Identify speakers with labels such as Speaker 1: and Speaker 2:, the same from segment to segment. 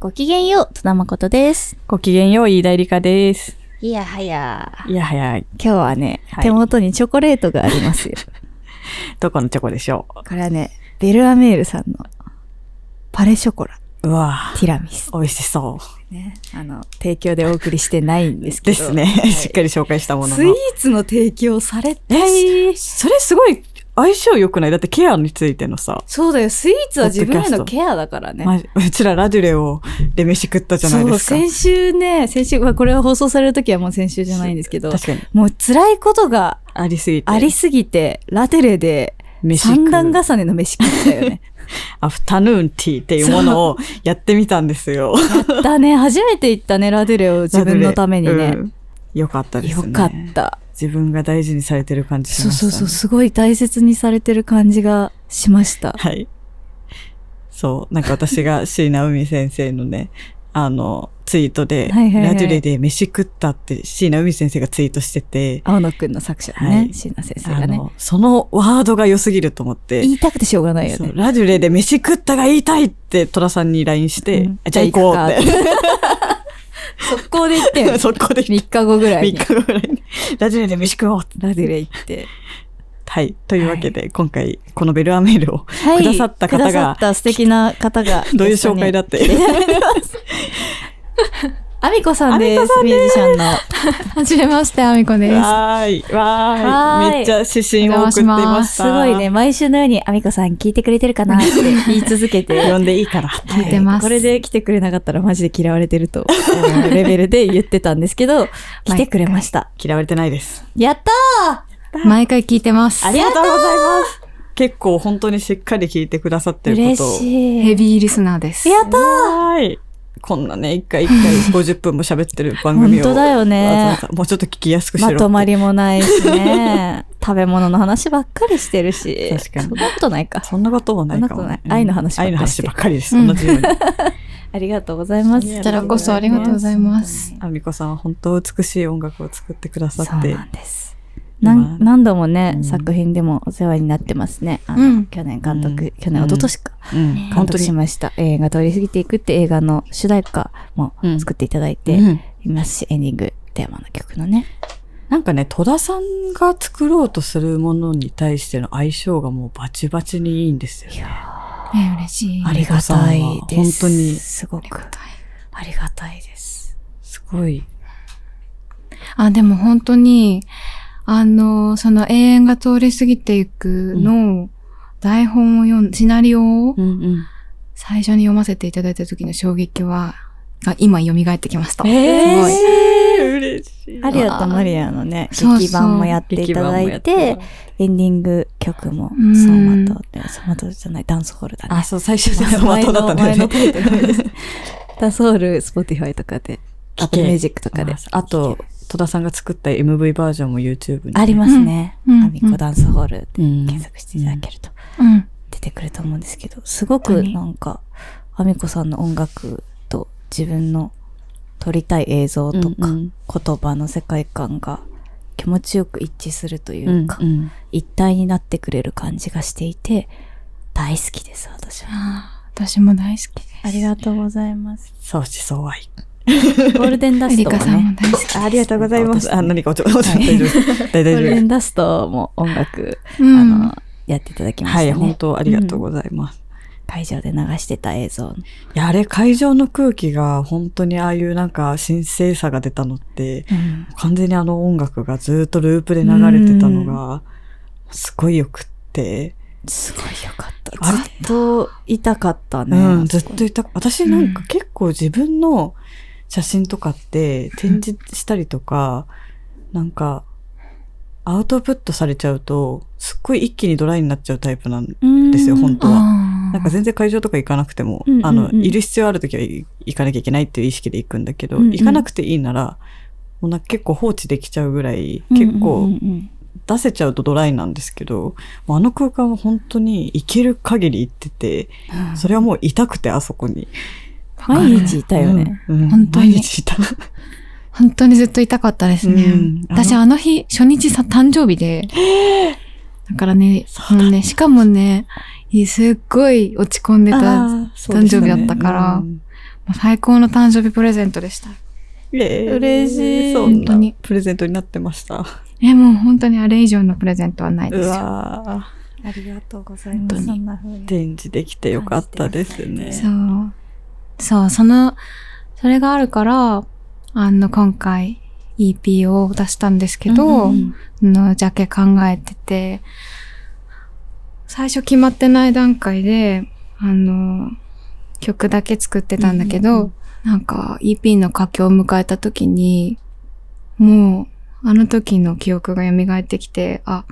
Speaker 1: ごきげんよう、戸田誠です。
Speaker 2: ごきげんよう、飯田理香です。
Speaker 1: いやはや。
Speaker 2: いやはや、
Speaker 1: 今日はね、
Speaker 2: はい
Speaker 1: 手元にチョコレートがあり ますよ。
Speaker 2: どこのチョコでしょ
Speaker 1: これはね、ベルアメールさんのパレショコラ
Speaker 2: う。うわ
Speaker 1: ティラミス。
Speaker 2: ぁ、美味しそ
Speaker 1: ね。あの、提供でお送りしてないんです
Speaker 2: う。
Speaker 1: け
Speaker 2: で
Speaker 1: ど。
Speaker 2: すね。
Speaker 1: はい
Speaker 2: しっかり紹介したものの。
Speaker 1: スイーツの提供され
Speaker 2: え
Speaker 1: たし、
Speaker 2: ーそれすごい相性良くないだってケアについてのさ、
Speaker 1: そうだよ、スイーツは自分へ
Speaker 2: ポッ
Speaker 1: の
Speaker 2: ドキ
Speaker 1: ケアだからね。
Speaker 2: まじうちらラデュレをで飯食ったじゃない
Speaker 1: そ
Speaker 2: で
Speaker 1: う、
Speaker 2: すか。
Speaker 1: 先週ね、先週、まあこれは放送されるときはもう先週じゃないんですけど、
Speaker 2: 確かに。
Speaker 1: もう辛いことが
Speaker 2: ありすぎて。
Speaker 1: ありすぎて、ラテレで
Speaker 2: 飯食
Speaker 1: 三
Speaker 2: う
Speaker 1: 段重ねの飯食ったよね。
Speaker 2: アフタヌーンティーっていうものをやってみたんですよ。
Speaker 1: だね、初めて行ったね、ラデレを自分のためにね。
Speaker 2: ラデュレうんよかったです
Speaker 1: よ
Speaker 2: ね。
Speaker 1: かっ。た。
Speaker 2: 自分が大事にされてる感じし
Speaker 1: そ
Speaker 2: ま
Speaker 1: う
Speaker 2: した、
Speaker 1: そ
Speaker 2: ね。
Speaker 1: うそう、すごい大切にされてる感じがしました。
Speaker 2: はい。そう、なんか私が椎名海先生のね、 あの、ツイートで、
Speaker 1: はいはいはい
Speaker 2: ラジュレで飯食ったって椎名海先生がツイートしてて、
Speaker 1: 青野くんの作者の
Speaker 2: は
Speaker 1: ね、
Speaker 2: い
Speaker 1: 椎名先生
Speaker 2: あ
Speaker 1: がね。
Speaker 2: の、そのワードが良すぎると思って、
Speaker 1: 言いたくてしょうがないよ
Speaker 2: そう
Speaker 1: ね。
Speaker 2: ラジュレで飯食ったが言いたいって戸田さんに LINE して、
Speaker 1: うん
Speaker 2: あじゃあ行こうっ
Speaker 1: 速攻で行ってよ
Speaker 2: て。。 速攻で3
Speaker 1: 3日後ぐらい
Speaker 2: 日
Speaker 1: に。
Speaker 2: 後ぐらいに、ラジュレで飯食おうって。
Speaker 1: ラデレ行って。
Speaker 2: はい。というわけで、今回、このベルアメ ールを
Speaker 1: は
Speaker 2: くださった方が
Speaker 1: くださった素敵な方 が。
Speaker 2: どういう紹介だって
Speaker 1: ゲス トに来ていただいてます。アミコさんです。ミュージシャンの。
Speaker 3: はじめまして、あみこです。
Speaker 2: わーい、わ
Speaker 1: わーい
Speaker 2: ーい。めっちゃ指針を送っていました。
Speaker 1: すごいね、。毎週のように、アミコさん聞いてくれてるかなっ て言い続けて。
Speaker 2: 呼んでいいから。
Speaker 3: 聞いてます
Speaker 1: これで来てくれなかったらマジで嫌われてると思うレベルで言ってたんですけど、 来てくれました。
Speaker 2: 嫌われてないです。
Speaker 1: やった
Speaker 3: 毎回聞いてます
Speaker 2: あ。りがとうございます。結構本当にしっかり聞いてくださって
Speaker 1: ー
Speaker 2: る
Speaker 1: 嬉
Speaker 2: ことを。い。
Speaker 1: しい。
Speaker 3: ヘビーリスナーです。
Speaker 1: やった
Speaker 2: はい。こんなね、一回一回50分 も喋ってる番組を。
Speaker 1: 本当だよね
Speaker 2: わざわざもうちょっと聞きやすくしろっ
Speaker 1: ま
Speaker 2: て。
Speaker 1: とまりもないし ね。食べ物の話ばっかりしてるし。
Speaker 2: 確かに
Speaker 1: そんなことないか。
Speaker 2: そんなこともないかも、
Speaker 1: そんな
Speaker 2: ね
Speaker 1: こと。ない愛の話ばっかり
Speaker 2: 愛の話ばっかりです。
Speaker 3: うん
Speaker 2: 同じように。
Speaker 1: ありがとうございます。
Speaker 2: いや
Speaker 3: こちらこそありがとうございます。
Speaker 2: あみこさんは本当美しい音楽を作ってくださ
Speaker 1: そう
Speaker 2: っ
Speaker 1: な
Speaker 2: て。
Speaker 1: んです。
Speaker 2: 今
Speaker 1: なん何度もね、
Speaker 2: うん
Speaker 1: 作品でもお世話になってますね。あの
Speaker 3: うん
Speaker 1: 去年監督、
Speaker 2: うん
Speaker 1: 去年、一昨年か、
Speaker 2: うん
Speaker 3: ね
Speaker 1: 監
Speaker 2: 本当
Speaker 1: 督し
Speaker 2: に。
Speaker 1: ました。映画通り過ぎていくって映画の主題歌も
Speaker 2: うん
Speaker 1: 作っていただいて
Speaker 2: うん
Speaker 1: いますし、エンディングテーマの曲のね。
Speaker 2: なんかね、戸田さんが作ろうとするものに対しての相性がもうバチバチにいいんですよね。
Speaker 3: え嬉しい。
Speaker 1: あ
Speaker 2: あ
Speaker 1: り
Speaker 2: り
Speaker 1: が
Speaker 2: が
Speaker 1: た
Speaker 2: た
Speaker 1: い
Speaker 2: い
Speaker 1: で。
Speaker 2: ですす
Speaker 1: すごく
Speaker 3: たい
Speaker 1: ありがたいです。
Speaker 2: すごい。
Speaker 3: あ、でも本当に、あの、その永遠が通り過ぎていくの台本を読ん、シナリオを
Speaker 2: うんうん。
Speaker 3: 最初に読ませていただいた時の衝撃は、が今蘇ってきました。
Speaker 2: え
Speaker 3: す
Speaker 2: えー、嬉しい。
Speaker 1: アリアとマリアのね、
Speaker 3: そうそう
Speaker 1: 劇版もやっていただいて、エンディング曲も、走馬灯って、走馬灯じゃない、ダンスホールだね。
Speaker 2: あ、そう、最初のマトだったんだ
Speaker 1: 前
Speaker 2: よ
Speaker 1: の
Speaker 2: ね。
Speaker 1: タイトル です。 ダソウル、スポティファイとかで、
Speaker 2: 聞け
Speaker 1: Apple Music とかで。
Speaker 2: あと、戸田さんが作った MV バージョンも YouTube に。
Speaker 1: ありますね。
Speaker 3: うんうん
Speaker 1: アミコダンスホールで
Speaker 2: うん。
Speaker 1: 検索していただけると
Speaker 3: うん。
Speaker 1: 出てくると思うんですけど、すご
Speaker 3: 本
Speaker 1: く
Speaker 3: 当に
Speaker 1: なんか、アミコさんの音楽と自分の撮りたい映像とか、
Speaker 2: うんうん
Speaker 1: 言葉の世界観が気持ちよく一致するといううんか、
Speaker 2: うん
Speaker 1: 一体になってくれる感じがしていて、大好きです、私は。
Speaker 3: あー私も大好きです。
Speaker 1: ありがとうございます。
Speaker 2: 相思相愛。
Speaker 1: ゴールデンダ
Speaker 3: エ
Speaker 1: ス
Speaker 3: リ
Speaker 1: トも
Speaker 3: カさんも
Speaker 1: ね。
Speaker 3: 大好きです。
Speaker 2: ありがとうございます。あ、何かちょっと、
Speaker 1: い
Speaker 2: 大丈夫です。大
Speaker 1: ゴール
Speaker 2: 丈
Speaker 1: デ
Speaker 2: 夫
Speaker 1: ンダストも音楽、
Speaker 3: うん
Speaker 1: あの、やっていただきまし
Speaker 2: は
Speaker 1: た
Speaker 2: い、
Speaker 1: ね。
Speaker 2: 本当ありがとうございます。
Speaker 1: 会場で流してた映像。
Speaker 2: いや、あれ、会場の空気が本当にああいうなんか神聖さが出たのって、完全にあの音楽がずっとループで流れてたのが、すごいよくって、
Speaker 1: すごいよかった。
Speaker 2: あれ
Speaker 1: ずっと痛かったね。
Speaker 2: うん、
Speaker 1: あ
Speaker 2: ずっ
Speaker 1: そこと
Speaker 2: いた、私なんか結構自分の写真とかって展示したりとか、なんか、アウトプットされちゃうと、すっごい一気にドライになっちゃうタイプなんですよ、
Speaker 1: うん
Speaker 2: 本当は。
Speaker 3: あー
Speaker 2: なんか全然会場とか行かなくても、
Speaker 1: うんうんうん
Speaker 2: あの、いる必要あるときは行行かなきゃいけないっていう意識で行くんだけど、
Speaker 1: うんうん
Speaker 2: 行かなくていいなら、もうなんか結構放置できちゃうぐらい、
Speaker 1: うん
Speaker 2: 結
Speaker 1: うんう
Speaker 2: 構
Speaker 1: ん
Speaker 2: 出せちゃうとドライなんですけど、もうあの空間は本当に行ける限り行ってて、
Speaker 1: うん
Speaker 2: それはもう痛くて、あそこに。
Speaker 1: 毎日いたよね。
Speaker 2: うん。うん
Speaker 3: 本当に
Speaker 2: 毎日いた。
Speaker 3: 本当にずっと痛かったですね。
Speaker 2: うん
Speaker 3: 私あの日、初日さ、誕生日で。だからね、もうね、しかもね、すっごい落ち込んでた。
Speaker 2: あーそうでしたね
Speaker 3: 誕生日だったから
Speaker 2: ん
Speaker 3: もう最高の誕生日プレゼントでした。
Speaker 2: え
Speaker 1: 嬉しい
Speaker 2: そん
Speaker 3: 本当
Speaker 2: な
Speaker 3: に
Speaker 2: プレゼントになってました。
Speaker 3: え、もう本当にあれ以上のプレゼントはないで
Speaker 2: う
Speaker 3: すよ。
Speaker 2: わ
Speaker 1: ありがとうございま
Speaker 3: 本当
Speaker 1: す。
Speaker 3: に
Speaker 1: そんな風に
Speaker 2: ー。展示できてよかったですね。
Speaker 3: そう。そう、その、それがあるから、あの、今回 EP を出したんですけど、
Speaker 2: うんうん
Speaker 3: のジャケ考えてて、最初決まってない段階で、あの、曲だけ作ってたんだけど、
Speaker 2: うんうんうん
Speaker 3: なんか EP の佳境を迎えた時に、もう、あの時の記憶が蘇ってきて、あ、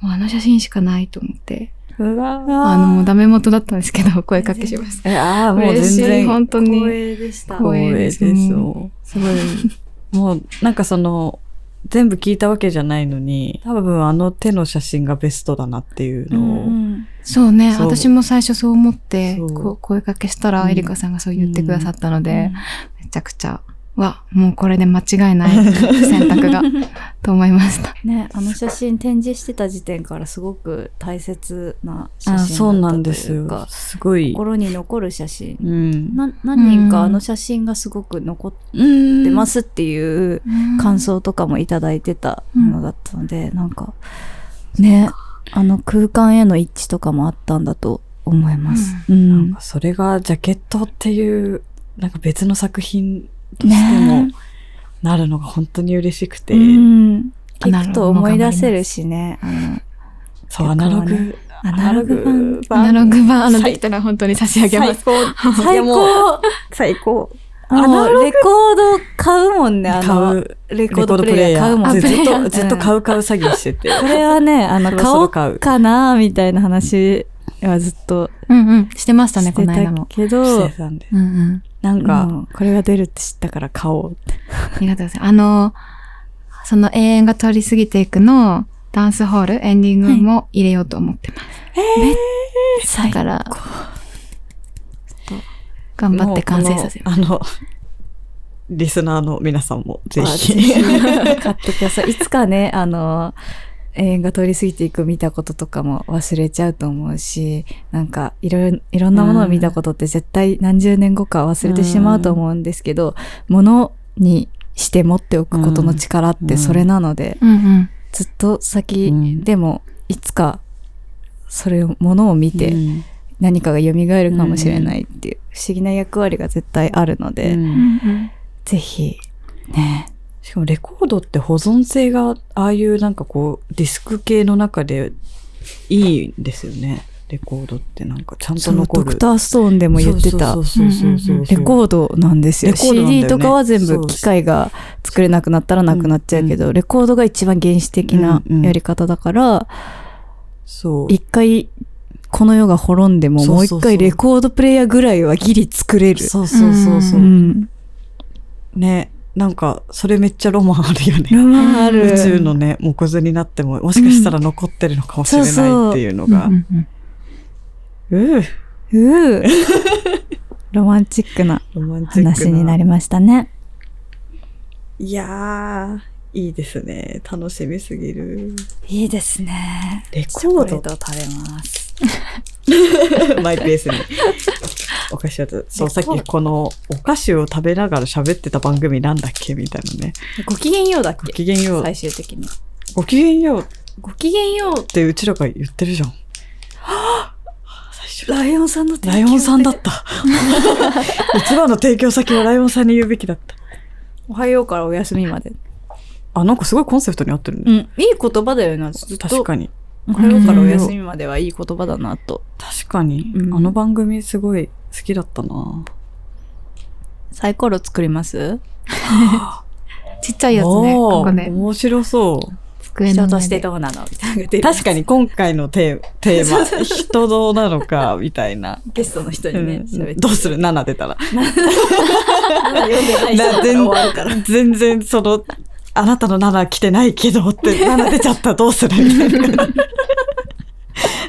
Speaker 3: もうあの写真しかないと思って、
Speaker 2: うわー
Speaker 3: あの、もうダメ元だったんですけど、声かけしました。
Speaker 2: え、ああ、もう
Speaker 3: 嬉しい
Speaker 2: 全然
Speaker 3: 本当に
Speaker 1: 光栄でした。
Speaker 3: 光
Speaker 2: 光
Speaker 3: 栄
Speaker 2: 栄
Speaker 3: で
Speaker 2: ですす。
Speaker 3: も
Speaker 2: もうすごい、もうなんかその、全部聞いたわけじゃないのに、多分あの手の写真がベストだなっていうのを、
Speaker 3: そうね、
Speaker 2: そう
Speaker 3: 私も最初そう思って、
Speaker 2: そう
Speaker 3: こう声かけしたら、
Speaker 2: うん
Speaker 3: エリカさんがそう言ってくださったので、めちゃくちゃ、わ、もうこれで間違いない選 択が、と思いました。
Speaker 1: ね、あの写真展示してた時点からすごく大切な写
Speaker 2: あそう
Speaker 1: 真だ
Speaker 2: な
Speaker 1: った
Speaker 2: ん
Speaker 1: と
Speaker 2: です
Speaker 1: いう
Speaker 2: よ
Speaker 1: か。、
Speaker 2: すごい。
Speaker 1: 心に残る写真。
Speaker 2: うん。
Speaker 1: な何人
Speaker 3: うん
Speaker 1: かあの写真がすごく残っ
Speaker 2: うん
Speaker 1: てま。すっていう感想とかもいただいてたものだったので、なんか、ね、あの空間への一致とかもあったんだと思います。うん。
Speaker 2: なんかそれがジャケットっていう、なんか別の作品としても
Speaker 1: ね
Speaker 2: なるのが本当に嬉しくて、
Speaker 1: うん。
Speaker 3: アナロ
Speaker 1: 聞
Speaker 3: グ
Speaker 1: くと思い出せるしね。あの
Speaker 2: そう、アナログ、
Speaker 1: 結構アナログ版
Speaker 3: アナログ版、あの、
Speaker 2: 最
Speaker 3: できたら本当に差し上げます。
Speaker 2: 高
Speaker 1: 最高
Speaker 2: 最高
Speaker 1: あ
Speaker 2: アナ
Speaker 1: の、
Speaker 2: ログ
Speaker 1: レコード買うもんね、あ
Speaker 2: 買
Speaker 1: の、
Speaker 2: う。
Speaker 1: レコードプレイヤー買うもん
Speaker 2: レ
Speaker 1: ね。
Speaker 2: コードプレイヤ
Speaker 3: あ
Speaker 2: ーずっと、ずっと買う買う詐欺してて。
Speaker 1: これはね、あの、
Speaker 2: そろ
Speaker 1: 買
Speaker 2: そ
Speaker 1: お
Speaker 2: ろ
Speaker 1: う
Speaker 2: 買う
Speaker 1: かな、みたいな話はずっと
Speaker 3: うんうん。してましたね、
Speaker 1: し
Speaker 3: こ
Speaker 1: て
Speaker 3: の間
Speaker 1: た
Speaker 3: も。
Speaker 1: け
Speaker 2: そ
Speaker 1: ど
Speaker 2: う、なんで。
Speaker 3: うんうん。
Speaker 2: なんか、
Speaker 1: もうこれが出るって知ったから買おうって。
Speaker 3: ありがとうございます。あの、その永遠が通り過ぎていくの、ダンスホール、エンディングも入れようと思ってます。
Speaker 1: 最
Speaker 3: だから、ちょっと頑張って完成させよ
Speaker 2: もうこのあの、リスナーの皆さんもぜひ。
Speaker 1: 買ってください。いつかね、あの、永遠が通り過ぎていく見たこととかも忘れちゃうと思うし、なんかいろいろ、いろんなものを見たことって絶対何十年後か忘れてしまうと思うんですけど、ものにして持っておくことの力っ
Speaker 2: う
Speaker 1: て
Speaker 2: ん
Speaker 1: それなので、
Speaker 3: う。うんうん。
Speaker 1: ずっと先
Speaker 2: うん
Speaker 1: でもいつかそれを、ものを見て
Speaker 2: うん
Speaker 1: 何かが蘇るかもしれないっていう不思議な役割が絶対あるので、
Speaker 2: うん
Speaker 3: うん
Speaker 1: ぜひ、ね、
Speaker 2: しかもレコードって保存性が、ああいうなんかこう、ディスク系の中でいいんですよね。レコードってなんかちゃんと
Speaker 1: そう、
Speaker 2: 残
Speaker 1: ド
Speaker 2: る。
Speaker 1: クターストーンでも言ってた
Speaker 2: そう。そうそうそうそう
Speaker 3: うんうんうん
Speaker 1: レコードなんですよ。
Speaker 2: レコードなんだよね
Speaker 1: CD とかは全
Speaker 2: そ
Speaker 1: 部
Speaker 2: う
Speaker 1: 機械が作れなくなったらなくなっちゃうけど、レコードが一番原始的な
Speaker 2: うんうん
Speaker 1: やり方だから、
Speaker 2: そう。
Speaker 1: 一回この世が滅んでも
Speaker 2: そう
Speaker 1: もう
Speaker 2: そうそう
Speaker 1: 一回レコードプレイヤーぐらいはギリ作れる。
Speaker 2: そうそうそうそうう。
Speaker 1: ん。
Speaker 2: ね。なんか、それめっちゃロマンあるよね。
Speaker 1: ロマンある。
Speaker 2: 宇宙のね、木図になっても、もしかしたら残ってるのかもしれないっていうのが。
Speaker 3: うんうん
Speaker 2: うう
Speaker 1: うう ロマンチックな
Speaker 2: ロマンチックな
Speaker 1: 話になりましたね。
Speaker 2: いやー、いいですね。楽しみすぎる。
Speaker 1: いいですね。
Speaker 2: レ
Speaker 1: チョコ
Speaker 2: コ
Speaker 1: レー
Speaker 2: ー
Speaker 1: トを食べます。
Speaker 2: ド、 マイペースに。お菓子を食べ、そう、さっきこの、お菓子を食べながら喋ってた番組なんだっけみたいなね。
Speaker 1: ごきげんようだっ
Speaker 2: ご
Speaker 1: け
Speaker 2: きげんよう、
Speaker 1: 最終的に。
Speaker 2: ごきげんようっ
Speaker 1: ごきげんよう
Speaker 2: てうちらが言ってるじゃん。最初
Speaker 1: ライオンさんの
Speaker 2: ライオンさんだ った。一番の提供先はライオンさんに言うべきだった。
Speaker 1: おはようからお休みまで。
Speaker 2: あ、なんかすごいコンセプトに合ってる
Speaker 1: う
Speaker 2: ね。
Speaker 1: ん。いい言葉だよな、ずっと。
Speaker 2: 確かに。
Speaker 1: おはようからお休みまではいい言葉だなと。
Speaker 2: 確かに。
Speaker 1: うん
Speaker 2: あの番組すごい好きだったな
Speaker 1: サイコロ作ります
Speaker 3: ちっちゃいやつね、ここね。
Speaker 2: 面白そう。
Speaker 3: 机
Speaker 1: 人
Speaker 3: の上
Speaker 1: と
Speaker 3: で
Speaker 1: してどうなのみたいなのが出 る
Speaker 2: 確かに今回のテーテー マ、人どうなのか、みたいな。
Speaker 1: ゲストの人
Speaker 2: う
Speaker 1: にね
Speaker 2: ん、
Speaker 1: 喋って。
Speaker 2: どうする ?7 出たら。
Speaker 1: 読んでない人だったら終わるから。
Speaker 2: 全然その、あなたの7来てないけどって、7出ちゃったらどうするみたいな。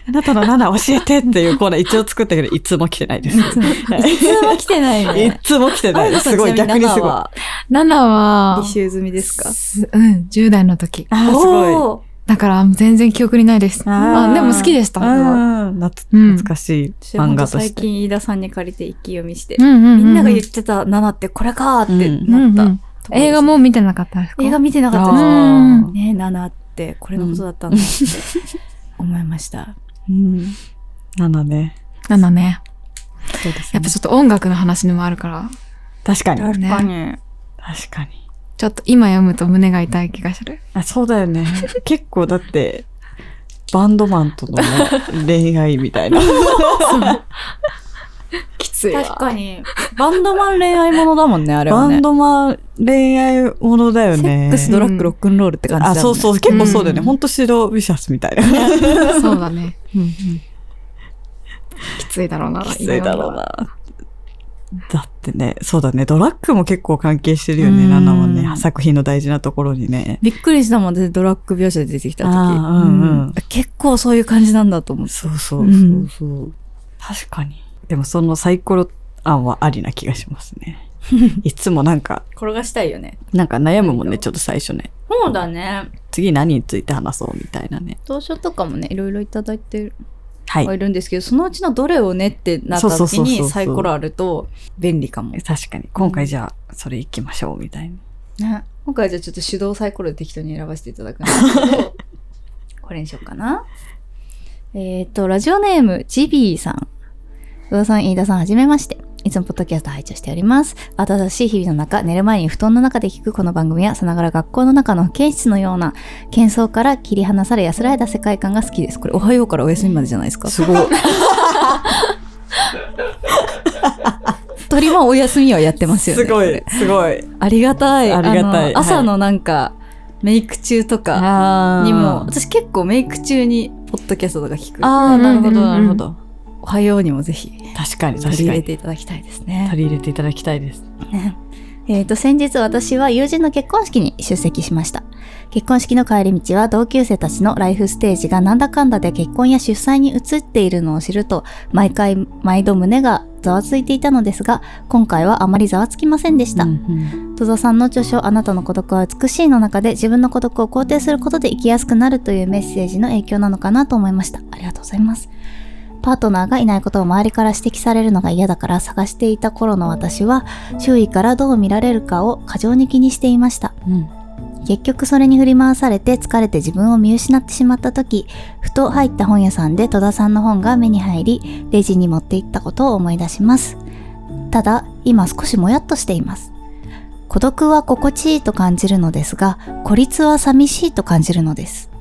Speaker 2: あなたの7教えてっていうコーナー一応作ったけど、いつも来てないです。
Speaker 1: いつも来てない
Speaker 2: い
Speaker 1: ね。
Speaker 2: つも来てない。すごい、逆にすごい。あ
Speaker 3: 7は
Speaker 1: 履、修済みですか
Speaker 3: すうん、10代の時。
Speaker 2: ー、すごい。
Speaker 1: い。
Speaker 3: だから全然記憶にないです。
Speaker 2: あ
Speaker 3: あ
Speaker 2: ー
Speaker 3: でも好きでした。うん
Speaker 2: あー夏
Speaker 3: うん
Speaker 2: 懐かしい
Speaker 1: 私
Speaker 2: 漫
Speaker 1: 本
Speaker 2: 画
Speaker 1: 当
Speaker 2: とし
Speaker 1: 最
Speaker 2: て。
Speaker 1: 近飯田さんに借りて一気読みして、
Speaker 3: うんうん。
Speaker 1: みんなが言ってた7ってこれかーって
Speaker 3: う
Speaker 1: なっ
Speaker 3: んう
Speaker 1: た、
Speaker 3: ん映画も見てなかったですか
Speaker 1: 映画見てなかったです
Speaker 3: あー
Speaker 1: ね、7ってこれのことだったんだって思いました。
Speaker 2: うん。なんだね。
Speaker 3: なんだね。
Speaker 2: そうです
Speaker 3: や
Speaker 2: ね
Speaker 3: っぱ。ちょっと音楽の話でもあるから、
Speaker 2: 確かに。
Speaker 3: 確か
Speaker 1: に。
Speaker 2: 確かに。
Speaker 3: ちょっと今読むと胸が痛い気がする。
Speaker 2: あ、そうだよね。結構だって、バンドマンとのね恋愛みたいな。
Speaker 3: きつい
Speaker 1: 確かに。バンドマン恋愛ものだもんね、あれは
Speaker 2: バ
Speaker 1: ね。
Speaker 2: ンドマン恋愛ものだよね。
Speaker 1: セックス、ドラッグ、ロックンロールって感じだもん
Speaker 2: あ、
Speaker 1: ね。
Speaker 2: そうそう。結構そうだよね。
Speaker 3: うん
Speaker 2: ほんとシドビシャスみたいな。
Speaker 3: そうだね。うんうんきついだろうな。
Speaker 2: きついだろうな。だってね、そうだね。ドラッグも結構関係してるよね。
Speaker 1: うん
Speaker 2: ナナもね。作品の大事なところにね。
Speaker 1: びっくりしたもん、私ドラッグ描写で出てきた時。
Speaker 2: あーうんうん
Speaker 1: うん結構そういう感じなんだと思って。
Speaker 2: そうそう
Speaker 1: う
Speaker 2: そうんそう。確かに。でもそのサイコロ案はありな気がしますね。 いつもなんか、
Speaker 1: 転がしたいよね。
Speaker 2: なんか悩むもんね、ちょっと最初ね。
Speaker 1: そうだね。
Speaker 2: 次何について話そうみたいなね。
Speaker 1: 当初とかもね、いろいろいただいて
Speaker 2: は
Speaker 1: はい
Speaker 2: い。
Speaker 1: るんですけど、そのうちのどれをねってなった
Speaker 2: そうそう
Speaker 1: 時
Speaker 2: そうそう
Speaker 1: にサイコロあると便利かも。
Speaker 2: 確かに。今回じゃあ、それ行きましょうみたいな。
Speaker 1: ね、今回はじゃあちょっと手動サイコロで適当に選ばせていただくんですけ どこれにしようかなえっ、とラジオネームジビーさん宇田さん飯田さんはじめましていつもポッドキャスト拝聴しております暖しい日々の中寝る前に布団の中で聞くこの番組やさながら学校の中の保健室のような喧騒から切り離され安らいだ世界観が好きですこれおはようからお休みまでじゃないですか
Speaker 2: すごい。
Speaker 1: 鳥もお休みはやってますよね
Speaker 2: すご
Speaker 1: こ
Speaker 2: い
Speaker 1: れ。
Speaker 2: すごい。
Speaker 1: ありがたい
Speaker 2: ありがたい
Speaker 1: の
Speaker 2: はい
Speaker 1: 朝のなんかメイク中とか
Speaker 2: あ
Speaker 1: にも、私結構メイク中にポッドキャストとか聞く。
Speaker 2: ああ、なるほど、なるほど。
Speaker 1: おはようにもぜひ
Speaker 2: 確かに、
Speaker 1: 取り
Speaker 2: 確
Speaker 1: 入
Speaker 2: か
Speaker 1: れ
Speaker 2: に。
Speaker 1: ていただきたいですね。
Speaker 2: 取り入れていただきたいです。
Speaker 1: ねえー、と先日私は友人の結婚式に出席しました結婚式の帰り道は同級生たちのライフステージがなんだかんだで結婚や出産に移っているのを知ると毎回毎度胸がざわついていたのですが今回はあまりざわつきませんでした、
Speaker 2: うん
Speaker 1: 戸田さんの著書「あなたの孤独は美しい」の中で自分の孤独を肯定することで生きやすくなるというメッセージの影響なのかなと思いましたありがとうございますパートナーがいないことを周りから指摘されるのが嫌だから探していた頃の私は周囲からどう見られるかを過剰に気にしていました
Speaker 2: うん
Speaker 1: 結局それに振り回されて疲れて自分を見失ってしまった時ふと入った本屋さんで戸田さんの本が目に入りレジに持って行ったことを思い出しますただ今少しもやっとしています孤独は心地いいと感じるのですが孤立は寂しいと感じるのです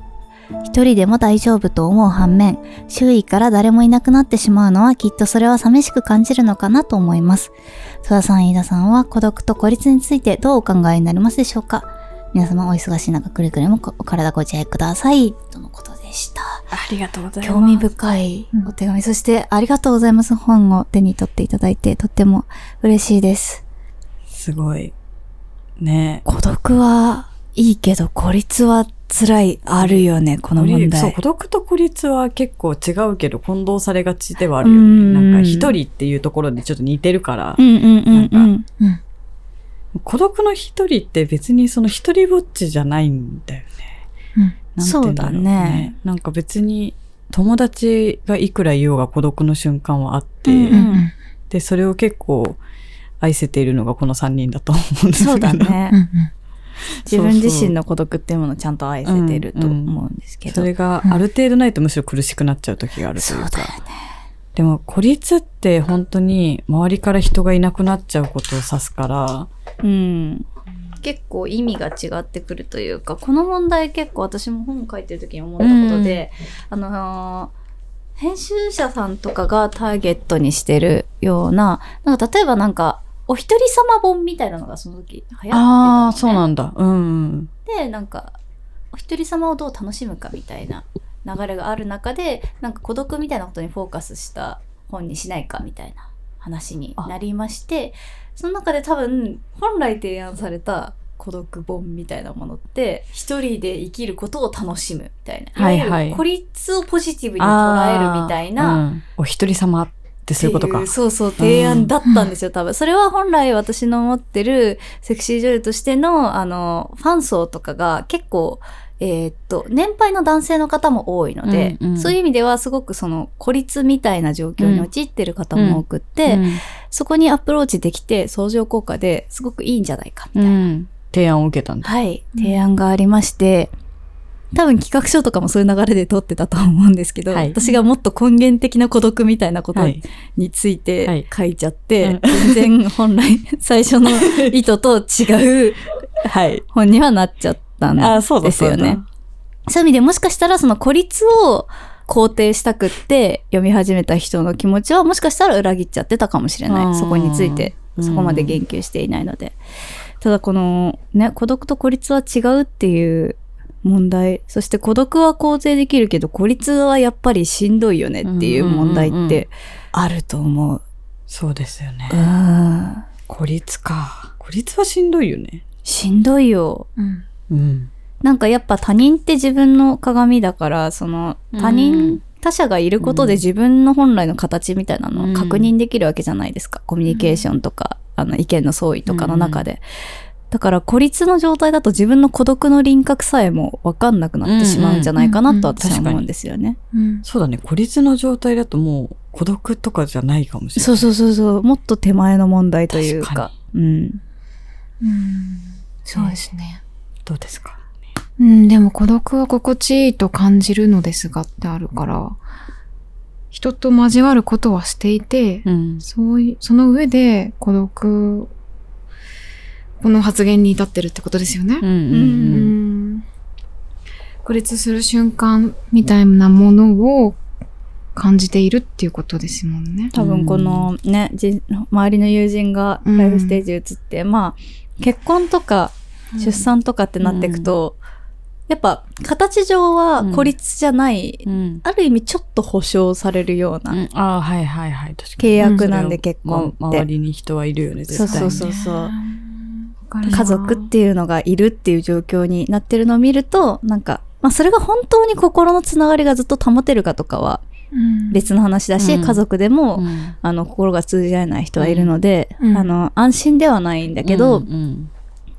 Speaker 1: 一人でも大丈夫と思う反面周囲から誰もいなくなってしまうのはきっとそれは寂しく感じるのかなと思います戸田さん飯田さんは孤独と孤立についてどうお考えになりますでしょうか皆様お忙しい中くれぐれもお体ご自愛くださいとのことでした
Speaker 3: ありがとうござ
Speaker 1: 興味深いお手紙、そしてありがとうございます本を手に取っていただいてとっても嬉しいです
Speaker 2: すごい。ね
Speaker 1: 孤独はいいけど孤立は辛いあるよねこの問
Speaker 2: そう、
Speaker 1: 題
Speaker 2: 孤独と孤立は結構違うけど、混同されがちではあるよね。
Speaker 1: うん
Speaker 2: なんか一人っていうところでちょっと似てるから
Speaker 1: う、んうんうんう
Speaker 2: なん
Speaker 1: ん
Speaker 3: うん。
Speaker 2: 孤独の一人って別にその一人ぼっちじゃないんだよね。
Speaker 3: うん
Speaker 2: なんて言んろ
Speaker 1: そうだね。
Speaker 2: なんか別に友達がいくらいようが孤独の瞬間はあって、
Speaker 1: うん
Speaker 3: うんうん
Speaker 2: で、それを結構愛せているのがこの3人だと思うんですけど。
Speaker 1: そうだ
Speaker 3: うんう
Speaker 1: ね
Speaker 3: ん
Speaker 1: 自分自身の孤独っていうものをちゃんと愛せてると思うんですけど、
Speaker 2: それがある程度ないとむしろ苦しくなっちゃう時があるという
Speaker 1: そ
Speaker 2: か。
Speaker 1: うだよ
Speaker 2: でも孤立って本当に周りから人がいなくなっちゃうことを指すから、
Speaker 1: うん、結構意味が違ってくるというかこの問題結構私も本書いてる時に思ったことで、あのー編集者さんとかがターゲットにしてるようななんか例えばなんかお一人様本みたいなのがその時流行ってた
Speaker 2: あ
Speaker 1: の、
Speaker 2: あ、
Speaker 1: ね、
Speaker 2: そうなんだ。うん。
Speaker 1: でなんかお一人様をどう楽しむかみたいな流れがある中でなんか孤独みたいなことにフォーカスした本にしないかみたいな話になりましてその中で多分本来提案された孤独本みたいなものって一人で生きることを楽しむみたいな、
Speaker 2: はいいはい
Speaker 1: わゆる孤立をポジティブに捉えるみたいな、
Speaker 2: あーうんお一人様ってそういうこと
Speaker 1: っ
Speaker 2: か
Speaker 1: てい。そうそう、提案だったんですよ、多分。それは本来私の持ってるセクシー女優としての、あの、ファン層とかが結構、えーっと、年配の男性の方も多いので、
Speaker 2: うんうん
Speaker 1: そういう意味ではすごくその孤立みたいな状況に陥ってる方も多くって、
Speaker 2: うん
Speaker 1: そこにアプローチできて相乗効果ですごくいいんじゃないかみた
Speaker 2: う
Speaker 1: いな、
Speaker 2: ん。提案を受けたんだ。
Speaker 1: はい、
Speaker 3: うん
Speaker 1: 提案がありまして、多分企画書とかもそういう流れで撮ってたと思うんですけど、
Speaker 2: はい
Speaker 1: 私がもっと根源的な孤独みたいなこと
Speaker 2: はい。
Speaker 1: につい
Speaker 2: はい
Speaker 1: て書いちゃって、
Speaker 2: うん
Speaker 1: 全然本 来最初の意図と違う
Speaker 2: はい。
Speaker 1: 本にはなっちゃったん
Speaker 2: あー、そうだ
Speaker 1: ですよね。。そういう意味でもしかしたらその孤立を肯定したくって読み始めた人の気持ちはもしかしたら裏切っちゃってたかもしれ
Speaker 2: う
Speaker 1: なんい。そこについて
Speaker 2: うん
Speaker 1: そこまで言及していないので。ただこのね、孤独と孤立は違うっていう問題。そして孤独は肯定できるけど孤立はやっぱりしんどいよねっていう問題
Speaker 2: うんう
Speaker 1: っ
Speaker 2: んうんうん
Speaker 1: てあると思う。
Speaker 2: そうですよね
Speaker 1: う。ん。
Speaker 2: 孤立か。孤立はしんどいよね。
Speaker 1: しんどいよ。
Speaker 3: うん。
Speaker 2: うん。
Speaker 1: なんかやっぱ他人って自分の鏡だから、その他人、
Speaker 2: うん
Speaker 1: 他者がいることで
Speaker 2: うん
Speaker 1: 自分の本来の形みたいなのを確
Speaker 2: うん
Speaker 1: 認できるわけじゃないですか。コミュニケーションとか、あの意見の相違とかの中で。だから孤立の状態だと自分の孤独の輪郭さえもわかんなくなってしまうんじゃないかなと私は思うんですよね。
Speaker 3: うん。
Speaker 2: そうだね。孤立の状態だともう孤独とかじゃないかもしれない。
Speaker 1: そうそうそうそう。もっと手前の問題というか。
Speaker 2: 確か
Speaker 1: うん。
Speaker 3: うん。そうですね。
Speaker 2: どうですか
Speaker 3: うん、でも孤独は心地いいと感じるのですがってあるから、人と交わることはしていて、
Speaker 2: うん。
Speaker 3: そういその上で孤独、この発言に至ってるってことですよね
Speaker 2: うん。
Speaker 3: う
Speaker 1: うん
Speaker 3: ん孤立する瞬間みたいなものを感じているっていうことですもんね。
Speaker 1: 多分このね、じ周りの友人がライフステージ移って、まあ、結婚とか出産とかってなっていくと、やっぱ形上は孤立じゃない、
Speaker 2: うん。
Speaker 1: ある意味ちょっと保証されるよう
Speaker 2: う
Speaker 1: なん
Speaker 2: ああ、はいはいはい。確かに。
Speaker 1: 契約なんで結婚
Speaker 2: ま
Speaker 1: っ
Speaker 2: 周
Speaker 1: て、
Speaker 2: りに人はいるよね、絶対
Speaker 1: そう
Speaker 2: に。
Speaker 1: そうそう
Speaker 3: う。
Speaker 1: そうん
Speaker 3: わかるな
Speaker 1: 家族っていうのがいるっていう状況になってるのを見るとなんか、まあ、それが本当に心のつながりがずっと保てるかとかは
Speaker 3: うん
Speaker 1: 別の話だし、
Speaker 2: うん
Speaker 1: 家族でも、
Speaker 2: うん。
Speaker 1: あの心が通じ合えない人はいるので、
Speaker 3: うん
Speaker 1: あの安心ではないんだけど、
Speaker 2: うんうん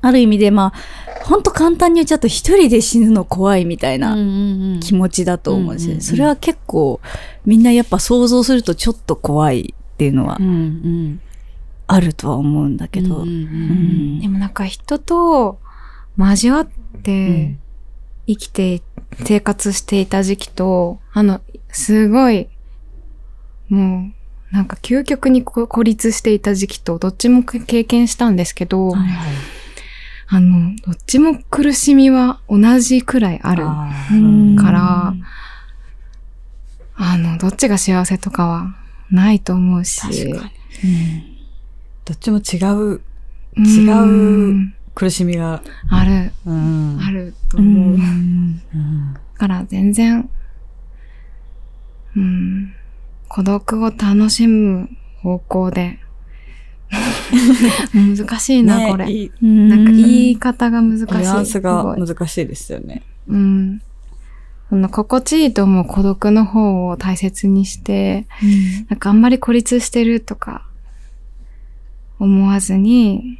Speaker 1: ある意味でまあ本当簡単に言っちゃうと一人で死ぬの怖いみたいな
Speaker 2: うんうんうん
Speaker 1: 気持ちだと思うんですよね。
Speaker 2: うんうんうん
Speaker 1: それは結構みんなやっぱ想像するとちょっと怖いっていうのは
Speaker 2: うんうん
Speaker 1: あるとは思うんだけど。
Speaker 2: うん
Speaker 1: う
Speaker 2: うんうん
Speaker 1: ん
Speaker 3: でもなんか人と交わって生きて、生活していた時期と、あの、すごい、もう、なんか究極にこ孤立していた時期と、どっちも経験したんですけど、
Speaker 1: はい
Speaker 2: はい
Speaker 3: あの、どっちも苦しみは同じくらいある。あ
Speaker 2: あ
Speaker 1: う
Speaker 2: ー
Speaker 1: ん
Speaker 3: からの、どっちが幸せとかはないと思うし。
Speaker 2: 確かに。
Speaker 1: うん
Speaker 2: どっちも違う
Speaker 3: うん
Speaker 2: 違う。苦しみが。
Speaker 3: ある、
Speaker 2: うん
Speaker 3: あると
Speaker 1: う
Speaker 3: 思う。だ
Speaker 1: ん
Speaker 2: うん
Speaker 3: から全然、うん、孤独を楽しむ方向で。 難しいな、
Speaker 2: ね
Speaker 3: これ。
Speaker 2: いい
Speaker 3: なんか言
Speaker 1: い
Speaker 3: い方が難しい。
Speaker 2: バランス
Speaker 3: す
Speaker 2: が
Speaker 3: ごい
Speaker 2: 難しいですよね。
Speaker 3: うん。その心地いいと思う孤独の方を大切にして、なんかあんまり孤立してるとか、思わずに、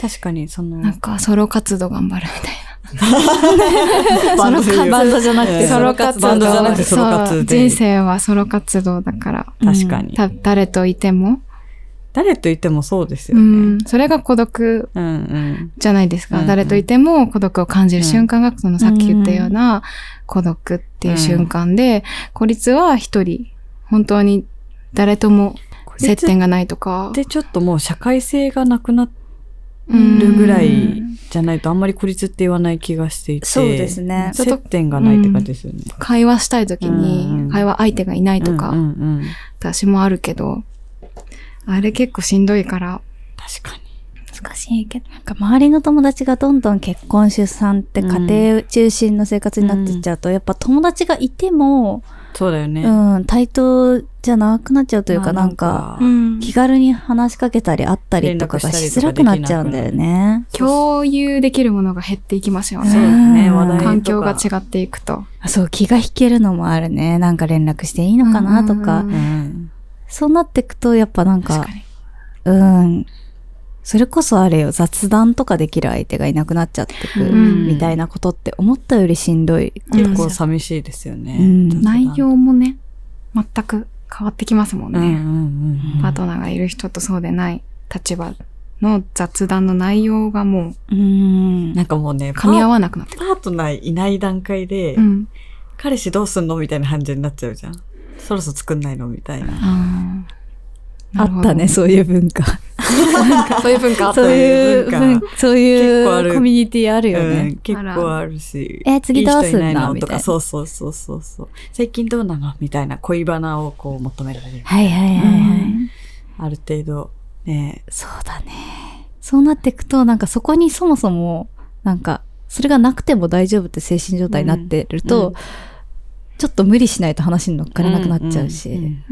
Speaker 2: 確かに、その、
Speaker 3: なんかソロ活動頑張るみたい
Speaker 2: バンド
Speaker 1: ソロ活バンドじゃなく
Speaker 2: え
Speaker 1: て
Speaker 2: え
Speaker 3: な。
Speaker 1: ソロ活
Speaker 2: バ
Speaker 1: 動
Speaker 2: ンドじゃなくて
Speaker 1: そ
Speaker 2: ソロ活
Speaker 3: そう
Speaker 2: で
Speaker 3: 人生はソロ活動だから、
Speaker 2: 確かに。
Speaker 3: た誰といても、
Speaker 2: 誰と言ってもそうですよ
Speaker 3: う
Speaker 2: ね。
Speaker 3: ん、それが孤独
Speaker 2: うんうん。
Speaker 3: じゃないですか。
Speaker 2: うんうん
Speaker 3: 誰といても孤独を感じる瞬間が、そのさっき言ったような孤独っていう瞬間で、孤立は一人、本当に誰とも接点がないとか。
Speaker 2: で、ちょっともう社会性がなくな
Speaker 3: うん
Speaker 2: るぐらいじゃないと、あんまり孤立って言わない気がしていて。
Speaker 1: そうですね。
Speaker 2: 接点がないって感じですよね。
Speaker 3: 会話したい時
Speaker 2: うんうん
Speaker 3: に、会話相手がいないと
Speaker 2: う
Speaker 3: か、
Speaker 2: んうんうん
Speaker 3: 私もあるけど、あれ結構しんどいから。
Speaker 2: 確かに。
Speaker 1: 難しいけど、なんか周りの友達がどんどん結婚、出産って家庭中心の生活になっていっちゃうと、やっぱ友達がいても、
Speaker 2: そうだよね。
Speaker 1: うん、対等じゃなくなっちゃうというか、
Speaker 2: まあ
Speaker 1: なんか、
Speaker 3: ん
Speaker 1: 気軽に話しかけたり会ったりとかがしづらくなっちゃうんだよね。
Speaker 3: 共有できるものが減っていきますよ
Speaker 2: そう
Speaker 3: ね。
Speaker 2: ね、
Speaker 1: うん
Speaker 2: 話題とか
Speaker 3: 環境が違っていくと。
Speaker 1: そう、気が引けるのもあるね。なんか連絡していいのかなとか。
Speaker 3: うん
Speaker 2: うん
Speaker 1: そうなってくと、やっぱなんか、
Speaker 3: 確かに。
Speaker 1: うん、それこそあれよ、雑談とかできる相手がいなくなっちゃってく、
Speaker 3: うん
Speaker 1: みたいなことって思ったよりしんどい。
Speaker 2: 結構寂しいですよね。
Speaker 1: うん
Speaker 2: 雑談
Speaker 3: 内容もね、全く変わってきますもん
Speaker 2: うんうん
Speaker 3: ね。
Speaker 2: うん。
Speaker 3: パートナーがいる人とそうでない立場の雑談の内容がも
Speaker 1: うん
Speaker 2: なんかもうね、
Speaker 3: う噛み合
Speaker 2: わ
Speaker 3: わなくなってく
Speaker 2: パートナーいない段階で、
Speaker 3: る。うん。
Speaker 2: 彼氏どうすんのみたいな感じになっちゃうじゃん。そろそろ作んないのみたいな。
Speaker 3: あー
Speaker 1: あったね、。そういう文化。
Speaker 3: なるほどそういう文化あった
Speaker 1: そう
Speaker 3: ね。
Speaker 1: いう
Speaker 2: 文
Speaker 1: 文化、そうい
Speaker 2: 結構ある
Speaker 1: うコミュニティあるよ
Speaker 2: うん、
Speaker 1: ね。
Speaker 2: 結構あるし。
Speaker 1: えー次どうすんの
Speaker 2: いい人いないの
Speaker 1: み
Speaker 2: と
Speaker 1: たい
Speaker 2: か、
Speaker 1: な
Speaker 2: そうそうそうそうそう。最近どうなのみたいな恋バナをこう求められる。
Speaker 1: はいはいはいはい。
Speaker 3: うん
Speaker 2: ある程度、ね、
Speaker 1: そうだね。そうなっていくと、なんかそこにそもそも、なんか、それがなくても大丈夫って精神状態になってると、
Speaker 2: うん
Speaker 1: ちょっと無理しないと話に乗っからなくなっちゃうし。
Speaker 2: んん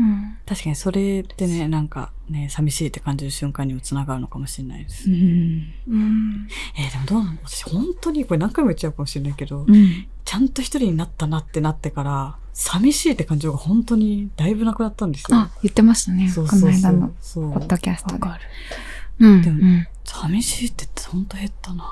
Speaker 2: 確かにそれってね、なんかね、寂しいって感じる瞬間にもつながるのかもしれないで
Speaker 1: う
Speaker 2: す。
Speaker 1: ん
Speaker 3: うん。
Speaker 2: えーでもどうなの私本当にこれ何回も言っちゃうかもしれないけど、
Speaker 1: うん
Speaker 2: ちゃんと一人になったなってなってから、寂しいって感情が本当にだいぶなくなったんですよ
Speaker 3: あ。、言ってましたね。
Speaker 2: そ
Speaker 3: こ
Speaker 2: うそう
Speaker 3: の
Speaker 2: そ
Speaker 3: 間
Speaker 2: う
Speaker 3: の。
Speaker 2: そう
Speaker 3: ポッドキャスト
Speaker 2: わ
Speaker 3: で
Speaker 2: か。る
Speaker 3: う
Speaker 2: でも
Speaker 3: ん。
Speaker 2: 寂しいって本当減ったな。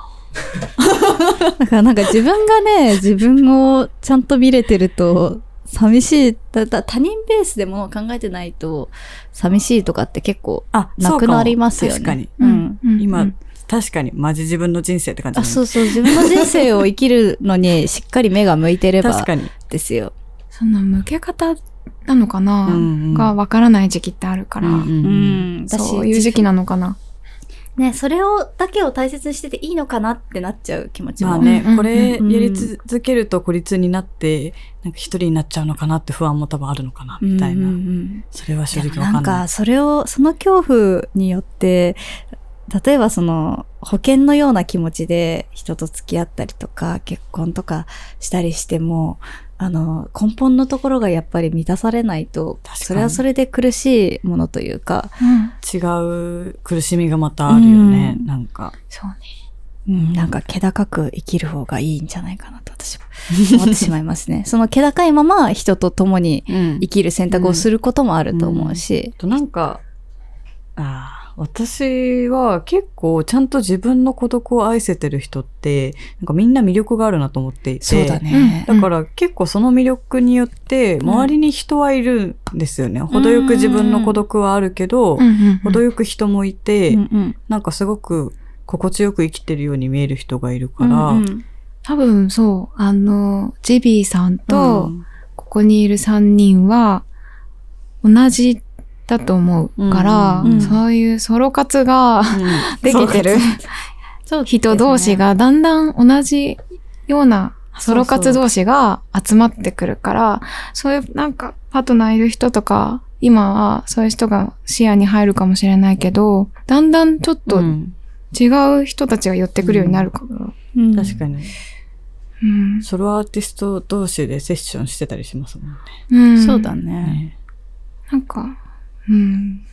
Speaker 1: だからなんか自分がね、 自分をちゃんと見れてると、寂しいだだ、他人ベースでものを考えてないと、寂しいとかって結構、
Speaker 2: あ
Speaker 1: なくなりますよね
Speaker 2: 確かに。
Speaker 1: う
Speaker 3: うんん。
Speaker 2: 今、
Speaker 3: うん
Speaker 2: 確かにマジ自分の人生って感じ
Speaker 1: あ、
Speaker 2: だね
Speaker 1: そうそう、自分の人生を生きるのにしっかり目が向いてれば
Speaker 2: 確かに。
Speaker 1: ですよ。
Speaker 3: その向け方なのかな
Speaker 2: うんうん
Speaker 3: がわからない時期ってあるから。
Speaker 2: うん
Speaker 1: うん。だし
Speaker 3: そういう時期なのかな。
Speaker 1: ね、それを、だけを大切にしてていいのかなってなっちゃう気持ちも。
Speaker 2: まあね、
Speaker 3: うん
Speaker 2: これや
Speaker 1: うん
Speaker 2: り続けると孤立になって、なんか一人になっちゃうのかなって不安も多分あるのかな、みたい
Speaker 1: うんう
Speaker 2: な。
Speaker 1: んうん
Speaker 2: それは正
Speaker 1: で
Speaker 2: 直
Speaker 1: も
Speaker 2: わ
Speaker 1: な
Speaker 2: か
Speaker 1: ん
Speaker 2: んな
Speaker 1: か、
Speaker 2: い。
Speaker 1: それを、その恐怖によって、例えばその、保険のような気持ちで人と付き合ったりとか、結婚とかしたりしても、あの、根本のところがやっぱり満たされないと、
Speaker 2: 確かに
Speaker 1: それはそれで苦しいものというか、
Speaker 3: うん。
Speaker 2: 違う苦しみがまたあるよね、
Speaker 1: うん
Speaker 2: なんか。
Speaker 3: そうね。
Speaker 1: うん、なんか気高く生きる方がいいんじゃないかなと私 は思ってしまいますね。その気高いまま人と共に
Speaker 2: うん
Speaker 1: 生きる選択をすることもあると思うし。
Speaker 2: となんか、ああ、私は結構ちゃんと自分の孤独を愛せてる人って、なんかみんな魅力があるなと思っていて。
Speaker 3: ね
Speaker 2: だから結構その魅力によって、周りに人はいるんですよね。程よく自分の孤独はあるけど、
Speaker 3: うんうんうん
Speaker 2: 程よく人もいて、
Speaker 1: うんうん
Speaker 2: なんかすごく心地よく生きてるように見える人がいるから、
Speaker 1: うんうん
Speaker 3: 多分そう、あの、ジビーさん
Speaker 2: う
Speaker 3: と、
Speaker 2: ん
Speaker 3: ここにいる3人は、同じだと思うから、
Speaker 2: うん
Speaker 1: うん
Speaker 3: そういうソロ活ができてる人同士がだんだん同じようなソロ活同士が集まってくるから、そういうなんかパートナーいる人とか、今はそういう人が視野に入るかもしれないけど、だんだんちょっと
Speaker 2: うん
Speaker 3: 違う人たちが寄ってくるようになるから。
Speaker 1: うん
Speaker 2: 確かに。
Speaker 3: うん
Speaker 2: ソロアーティスト同士でセッションしてたりしますもんね。
Speaker 3: うん
Speaker 1: そうだね。
Speaker 3: なんか、うん。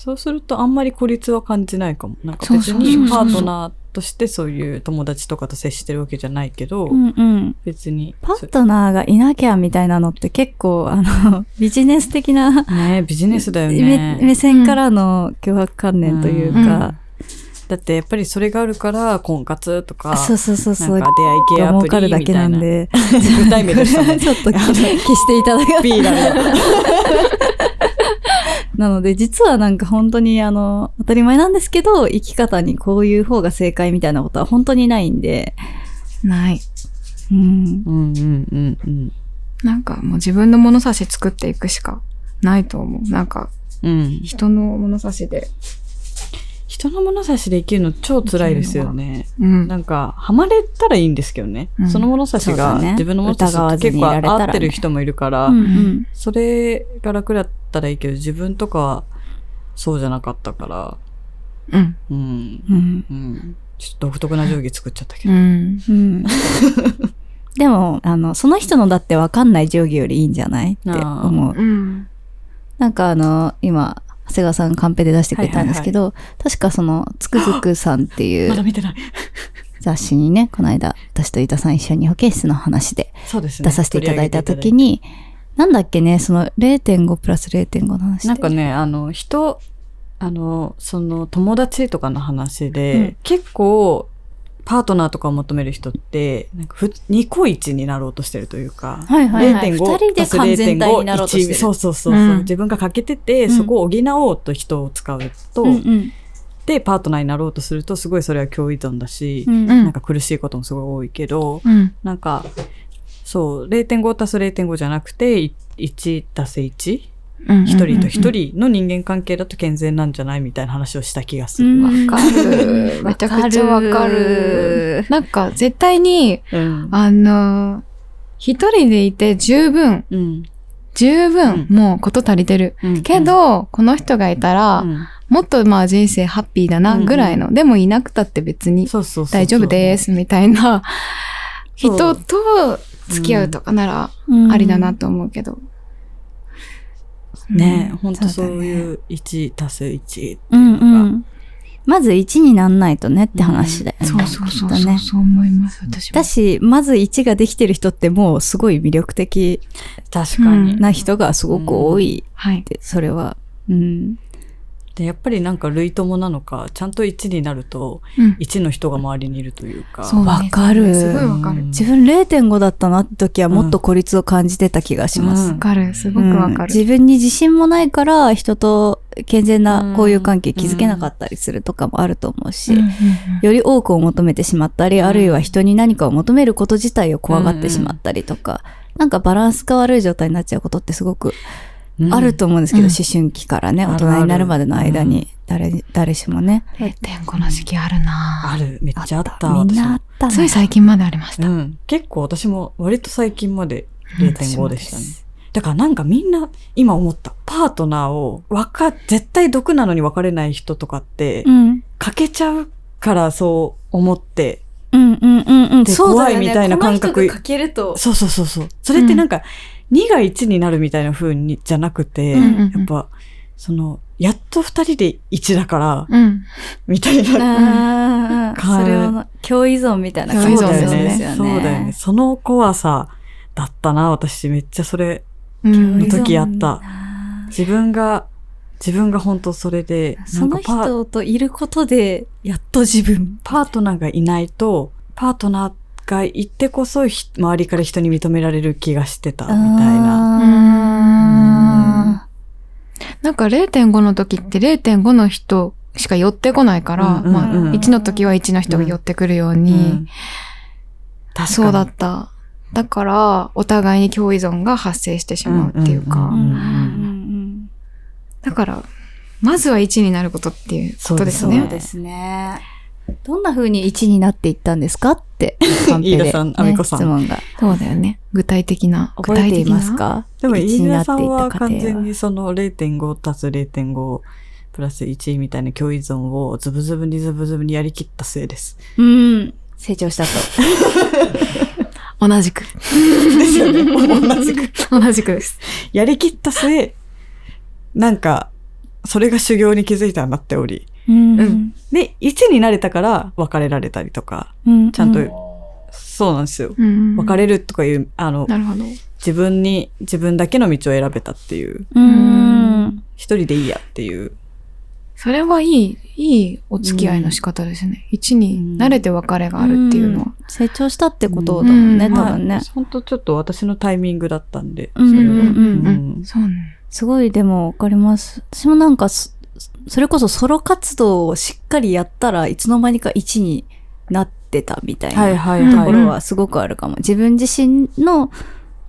Speaker 2: そうするとあんまり孤立は感じないかも。なんか
Speaker 3: そう
Speaker 2: 別
Speaker 3: そう
Speaker 2: に
Speaker 1: そう
Speaker 2: パ
Speaker 1: そう
Speaker 2: ートナーとしてそういう友達とかと接してるわけじゃないけど、
Speaker 1: うんうん。
Speaker 2: 別に。
Speaker 1: パートナーがいなきゃみたいなのって結構、あの、ビジネス的な、
Speaker 2: ねビジネスだよ
Speaker 1: 目
Speaker 2: ね。
Speaker 1: 目線からの脅迫観念というか、
Speaker 2: だってやっぱりそれがあるから婚活とか、
Speaker 1: あそうそうそうそう、
Speaker 2: なんか出会い系
Speaker 1: が儲
Speaker 2: ア
Speaker 1: か
Speaker 2: プ
Speaker 1: る
Speaker 2: リ
Speaker 1: だ
Speaker 2: み
Speaker 1: け
Speaker 2: た
Speaker 1: ないん
Speaker 2: な。
Speaker 1: で、
Speaker 2: 具体名でした ね。
Speaker 1: ちょっと消していただき
Speaker 2: B だね。
Speaker 1: なので、実はなんか本当にあの、当たり前なんですけど、生き方にこういう方が正解みたいなことは本当にないんで、
Speaker 3: ない。
Speaker 1: うん。
Speaker 2: うんうんうんうん。
Speaker 3: なんかもう自分の物差し作っていくしかないと思う。なんか
Speaker 2: うん、
Speaker 3: 人の物差しで。
Speaker 2: 人の物差しで生きるの超辛いですよね。
Speaker 3: うん。
Speaker 2: なんか、ハマれたらいいんですけどね。
Speaker 3: うん
Speaker 2: その物差し
Speaker 1: そうだ
Speaker 2: が、
Speaker 1: ね
Speaker 2: 自分の物差し
Speaker 1: 疑わ
Speaker 2: と
Speaker 1: ず
Speaker 2: 結
Speaker 1: にい
Speaker 2: 構
Speaker 1: られたらね
Speaker 2: 合ってる人もいるから、
Speaker 1: うんうん
Speaker 2: それが楽だったらいいけど、自分とかはそうじゃなかったから、
Speaker 3: うん。
Speaker 2: うん。
Speaker 1: うん。
Speaker 2: うん。ちょっと独特な定規作っちゃったけ
Speaker 3: う
Speaker 2: ど。
Speaker 3: ん。
Speaker 1: うん。 でも、あの、その人のだってわかんない定規よりいいんじゃないって思う。
Speaker 3: うん。
Speaker 1: なんかあの、今、長谷川さんカンペで出してくれたんですけど、確かその、つくづくさんってい
Speaker 2: まだ
Speaker 1: う
Speaker 2: 見てない。
Speaker 1: 雑誌にね、この間、私と伊田さん一緒に保健室の話で
Speaker 2: そうですね。
Speaker 1: 出させていただいたときに、なんだっけね、その0.5プラス0.5の話で。
Speaker 2: なんかね、あの、人あの、その友達とかの話で、
Speaker 3: うん
Speaker 2: 結構、パートナーとかを求める人って、なんかふ、2個1になろうとしてるというか、
Speaker 1: はいはいはい。
Speaker 2: 0.5
Speaker 1: 二人で完全体になろうとしてる。
Speaker 2: 1そうそうそうそう、
Speaker 3: うん
Speaker 2: 自分が欠けてて、
Speaker 1: うん
Speaker 2: そこを補おうと人を使うと、
Speaker 1: うんうん
Speaker 2: で、パートナーになろうとすると、すごいそれは共依存だし、
Speaker 1: うん
Speaker 3: うん
Speaker 2: なんか苦しいこともすごい多いけど、
Speaker 3: うん。
Speaker 2: なんか、そう、0.5足す0.5じゃなくて、い1足す 1?
Speaker 3: うん。
Speaker 2: 一人と一
Speaker 3: 人。
Speaker 2: 人の人間関係だと健全なんじゃないみたいな話をした気がする。
Speaker 1: うん
Speaker 3: わかる。めちゃくちゃわかる。。なんか絶対に、
Speaker 2: うん。
Speaker 3: あの、一人でいて十分、
Speaker 2: うん。
Speaker 3: 十分、もうこと足りてる。
Speaker 2: うん
Speaker 3: け、ど、この人がいたら、
Speaker 2: うん
Speaker 3: もっとまあ人生ハッピーだな、ぐらいの。でもいなくたって別に
Speaker 2: そうそうそう
Speaker 3: 大丈夫で。す、みたいな
Speaker 2: そう
Speaker 3: 人と付き合うとかならありだなと思うけど。
Speaker 2: ね
Speaker 3: うん
Speaker 2: 本当そう
Speaker 3: う
Speaker 2: いう1足す1っていう
Speaker 1: うん
Speaker 2: のが。
Speaker 1: うん。まず1になんないとねって話だよね。
Speaker 3: だね。そうそうそう
Speaker 1: きっと
Speaker 3: そう。
Speaker 1: ね
Speaker 3: そう思います、私も
Speaker 1: だし、まず1ができてる人ってもうすごい魅力的
Speaker 2: 確かに、
Speaker 3: うん
Speaker 1: な人がすごく多い
Speaker 3: はい
Speaker 1: っ。て、それは。うん。
Speaker 2: で、やっぱりなんか類友なのか、ちゃんと1になると、
Speaker 3: うん
Speaker 2: 1の人が周りにいるというか。
Speaker 3: そうね
Speaker 1: わかる
Speaker 3: すごいわかる。
Speaker 2: うん
Speaker 1: 自分0.5だったなって時はもっと孤立を感じてた気がします。
Speaker 2: うん
Speaker 3: わかる。すごくわか
Speaker 1: うん
Speaker 3: る。
Speaker 1: 自分に自信もないから人と健全な交友関係築けなかったりするとかもあると思うし、
Speaker 3: うん
Speaker 1: より多くを求めてしまったり、
Speaker 2: ん
Speaker 1: あるいは人に何かを求めること自体を怖がってしまったりとか、なんかバランスが悪い状態になっちゃうことってすごく
Speaker 2: うん
Speaker 1: あると思うんですけど、
Speaker 3: うん
Speaker 1: 思春期からね、大
Speaker 2: あるある
Speaker 1: 人になるまでの間に、誰に、誰しもね。
Speaker 3: 0.5の時期あるな
Speaker 2: ある。めっちゃあった。
Speaker 1: みん
Speaker 2: 私も
Speaker 1: なあった
Speaker 3: ぁつい最近までありました。
Speaker 2: うん。結構私も割と最近まで
Speaker 3: うん
Speaker 2: 0.5でした
Speaker 3: 私も
Speaker 2: ね
Speaker 3: で。
Speaker 2: だからなんかみんな今思った。パートナーをか絶対毒なのに別れない人とかって、
Speaker 1: うん。
Speaker 2: 欠けちゃうからそう思って。
Speaker 1: うんうんうんうん。
Speaker 2: で
Speaker 1: そうだよね。
Speaker 2: 怖いみたいな感覚
Speaker 1: この人がかけると。
Speaker 2: そうそうそうそう。それってなんか2が1になるみたいな風にじゃなくて、
Speaker 3: うんうんうん
Speaker 2: やっぱその、やっと2人で1だから、
Speaker 3: うん。
Speaker 2: みたい
Speaker 1: あ
Speaker 2: な。
Speaker 1: あー、
Speaker 2: うん
Speaker 1: それは、共依存みたいな感じ
Speaker 2: そうだよ
Speaker 1: ですよね。
Speaker 2: ね。そうだよね。その怖さだったな、私めっちゃそれ
Speaker 3: う
Speaker 1: 共依
Speaker 3: ん
Speaker 1: 存だな。
Speaker 2: 時あった自分が、自分が本当それで、な
Speaker 1: そ
Speaker 2: んか
Speaker 1: の
Speaker 2: パー
Speaker 1: 人といることで、やっと自分。
Speaker 2: パートナーがいないと、パートナーがいてこそひ、周りから人に認められる気がしてた、みたいな。
Speaker 1: な。
Speaker 3: なんか0.5の時って0.5の人しか寄ってこないから、
Speaker 2: うんうん
Speaker 3: まあ、
Speaker 2: うん
Speaker 3: 1の時は1の人が寄ってくるように、
Speaker 2: うん確かに
Speaker 3: そうだった。だから、お互いに共依存が発生してしまうっていうか、
Speaker 2: うんうんうん
Speaker 1: ん
Speaker 3: だから、まずは1になることっていうことです
Speaker 2: そ
Speaker 3: ね
Speaker 1: そう。ですね。どんな風に1になっていったんですか って、カンペで
Speaker 2: 飯田さん
Speaker 1: ね
Speaker 2: アミコさん
Speaker 1: 質問が。
Speaker 3: そうだよね。具体的な。具
Speaker 1: 覚え
Speaker 3: 体
Speaker 1: てい
Speaker 3: 的
Speaker 1: ます
Speaker 3: な。
Speaker 1: か
Speaker 2: でも、飯田さんは
Speaker 1: 過程
Speaker 2: 完全にその0.5足す0.5プラス1みたいな共依存をズブズブにズブズブにやりきったせい です。
Speaker 1: うん。成長したと。
Speaker 3: 同 じく。
Speaker 2: ですよね。同じく。
Speaker 3: 同じくです。
Speaker 2: やりきった末、なんか、それが修行に気づいたらなっており。
Speaker 1: うん
Speaker 3: うん
Speaker 2: で、1になれたから別れられたりとか、
Speaker 1: うん
Speaker 2: ちゃんと、
Speaker 1: うん
Speaker 2: そうなんですよ。
Speaker 3: うん
Speaker 2: 別れるとかいう、あの、
Speaker 3: なるほど。
Speaker 2: 自分に、自分だけの道を選べたっていう、
Speaker 1: うん。
Speaker 2: 一人でいいやっていう。
Speaker 3: それはいい、いいお付き合いの仕方ですね。1に慣れて別れがあるっていうのは。
Speaker 1: 成長したってことだもんね、
Speaker 3: うん
Speaker 1: 多分
Speaker 2: ま
Speaker 1: ね
Speaker 2: あ。本当ちょっと私のタイミングだったんで、
Speaker 1: うん
Speaker 2: それ
Speaker 1: う
Speaker 2: は
Speaker 1: んうん
Speaker 2: う
Speaker 1: うん
Speaker 3: そうね。
Speaker 1: すごいでもわかります。私もなんかそ、それこそソロ活動をしっかりやったらいつの間にか1になってたみたいな。
Speaker 2: はいはい
Speaker 3: うん
Speaker 1: と
Speaker 2: は
Speaker 1: こ
Speaker 2: い。
Speaker 1: ろはすごくあるかも。自分自身の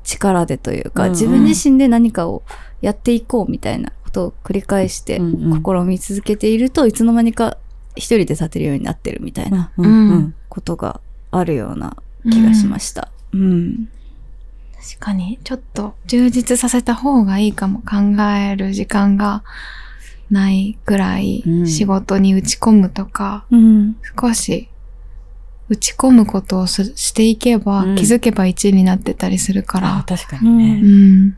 Speaker 1: 力でというか、
Speaker 2: うんうん
Speaker 1: 自分自身で何かをやっていこうみたいなことを繰り返して、
Speaker 2: うんうん
Speaker 1: 試み続けているといつの間にか一人で立てるようになってるみたいな
Speaker 2: うんうんうん
Speaker 1: ことがあるような気がしました。うん。
Speaker 3: 確かに、ちょっと充実させた方がいいかも。考える時間がないぐらい
Speaker 2: うん、
Speaker 3: 仕事に打ち込むとか、
Speaker 1: うん。
Speaker 3: 少し打ち込むことをすしていけば、
Speaker 2: うん
Speaker 3: 気づけば1になってたりするか
Speaker 2: あ
Speaker 3: ら。
Speaker 2: 確かにね、
Speaker 3: うん。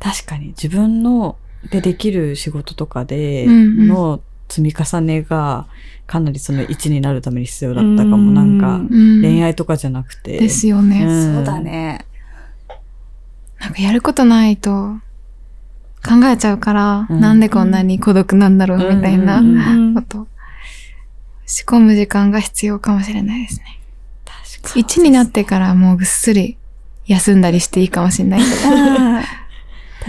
Speaker 2: 確かに自分のでできる仕事とかで
Speaker 3: うんうん
Speaker 2: の積み重ねがかなりその1になるために必要だったかも、なんか
Speaker 3: うん
Speaker 2: 恋愛とかじゃなくて。
Speaker 3: ですよね。
Speaker 2: うん
Speaker 1: そうだね。
Speaker 3: なんかやることないと、考えちゃうから、
Speaker 2: うん
Speaker 3: なんでこんなに孤独なんだろうみたいな
Speaker 2: うんうん
Speaker 1: うん
Speaker 3: こと。仕込む時間が必要かもしれないですね。
Speaker 2: 確か
Speaker 3: 1になってからもうぐっすり休んだりしていいかもしれないけど。
Speaker 1: あー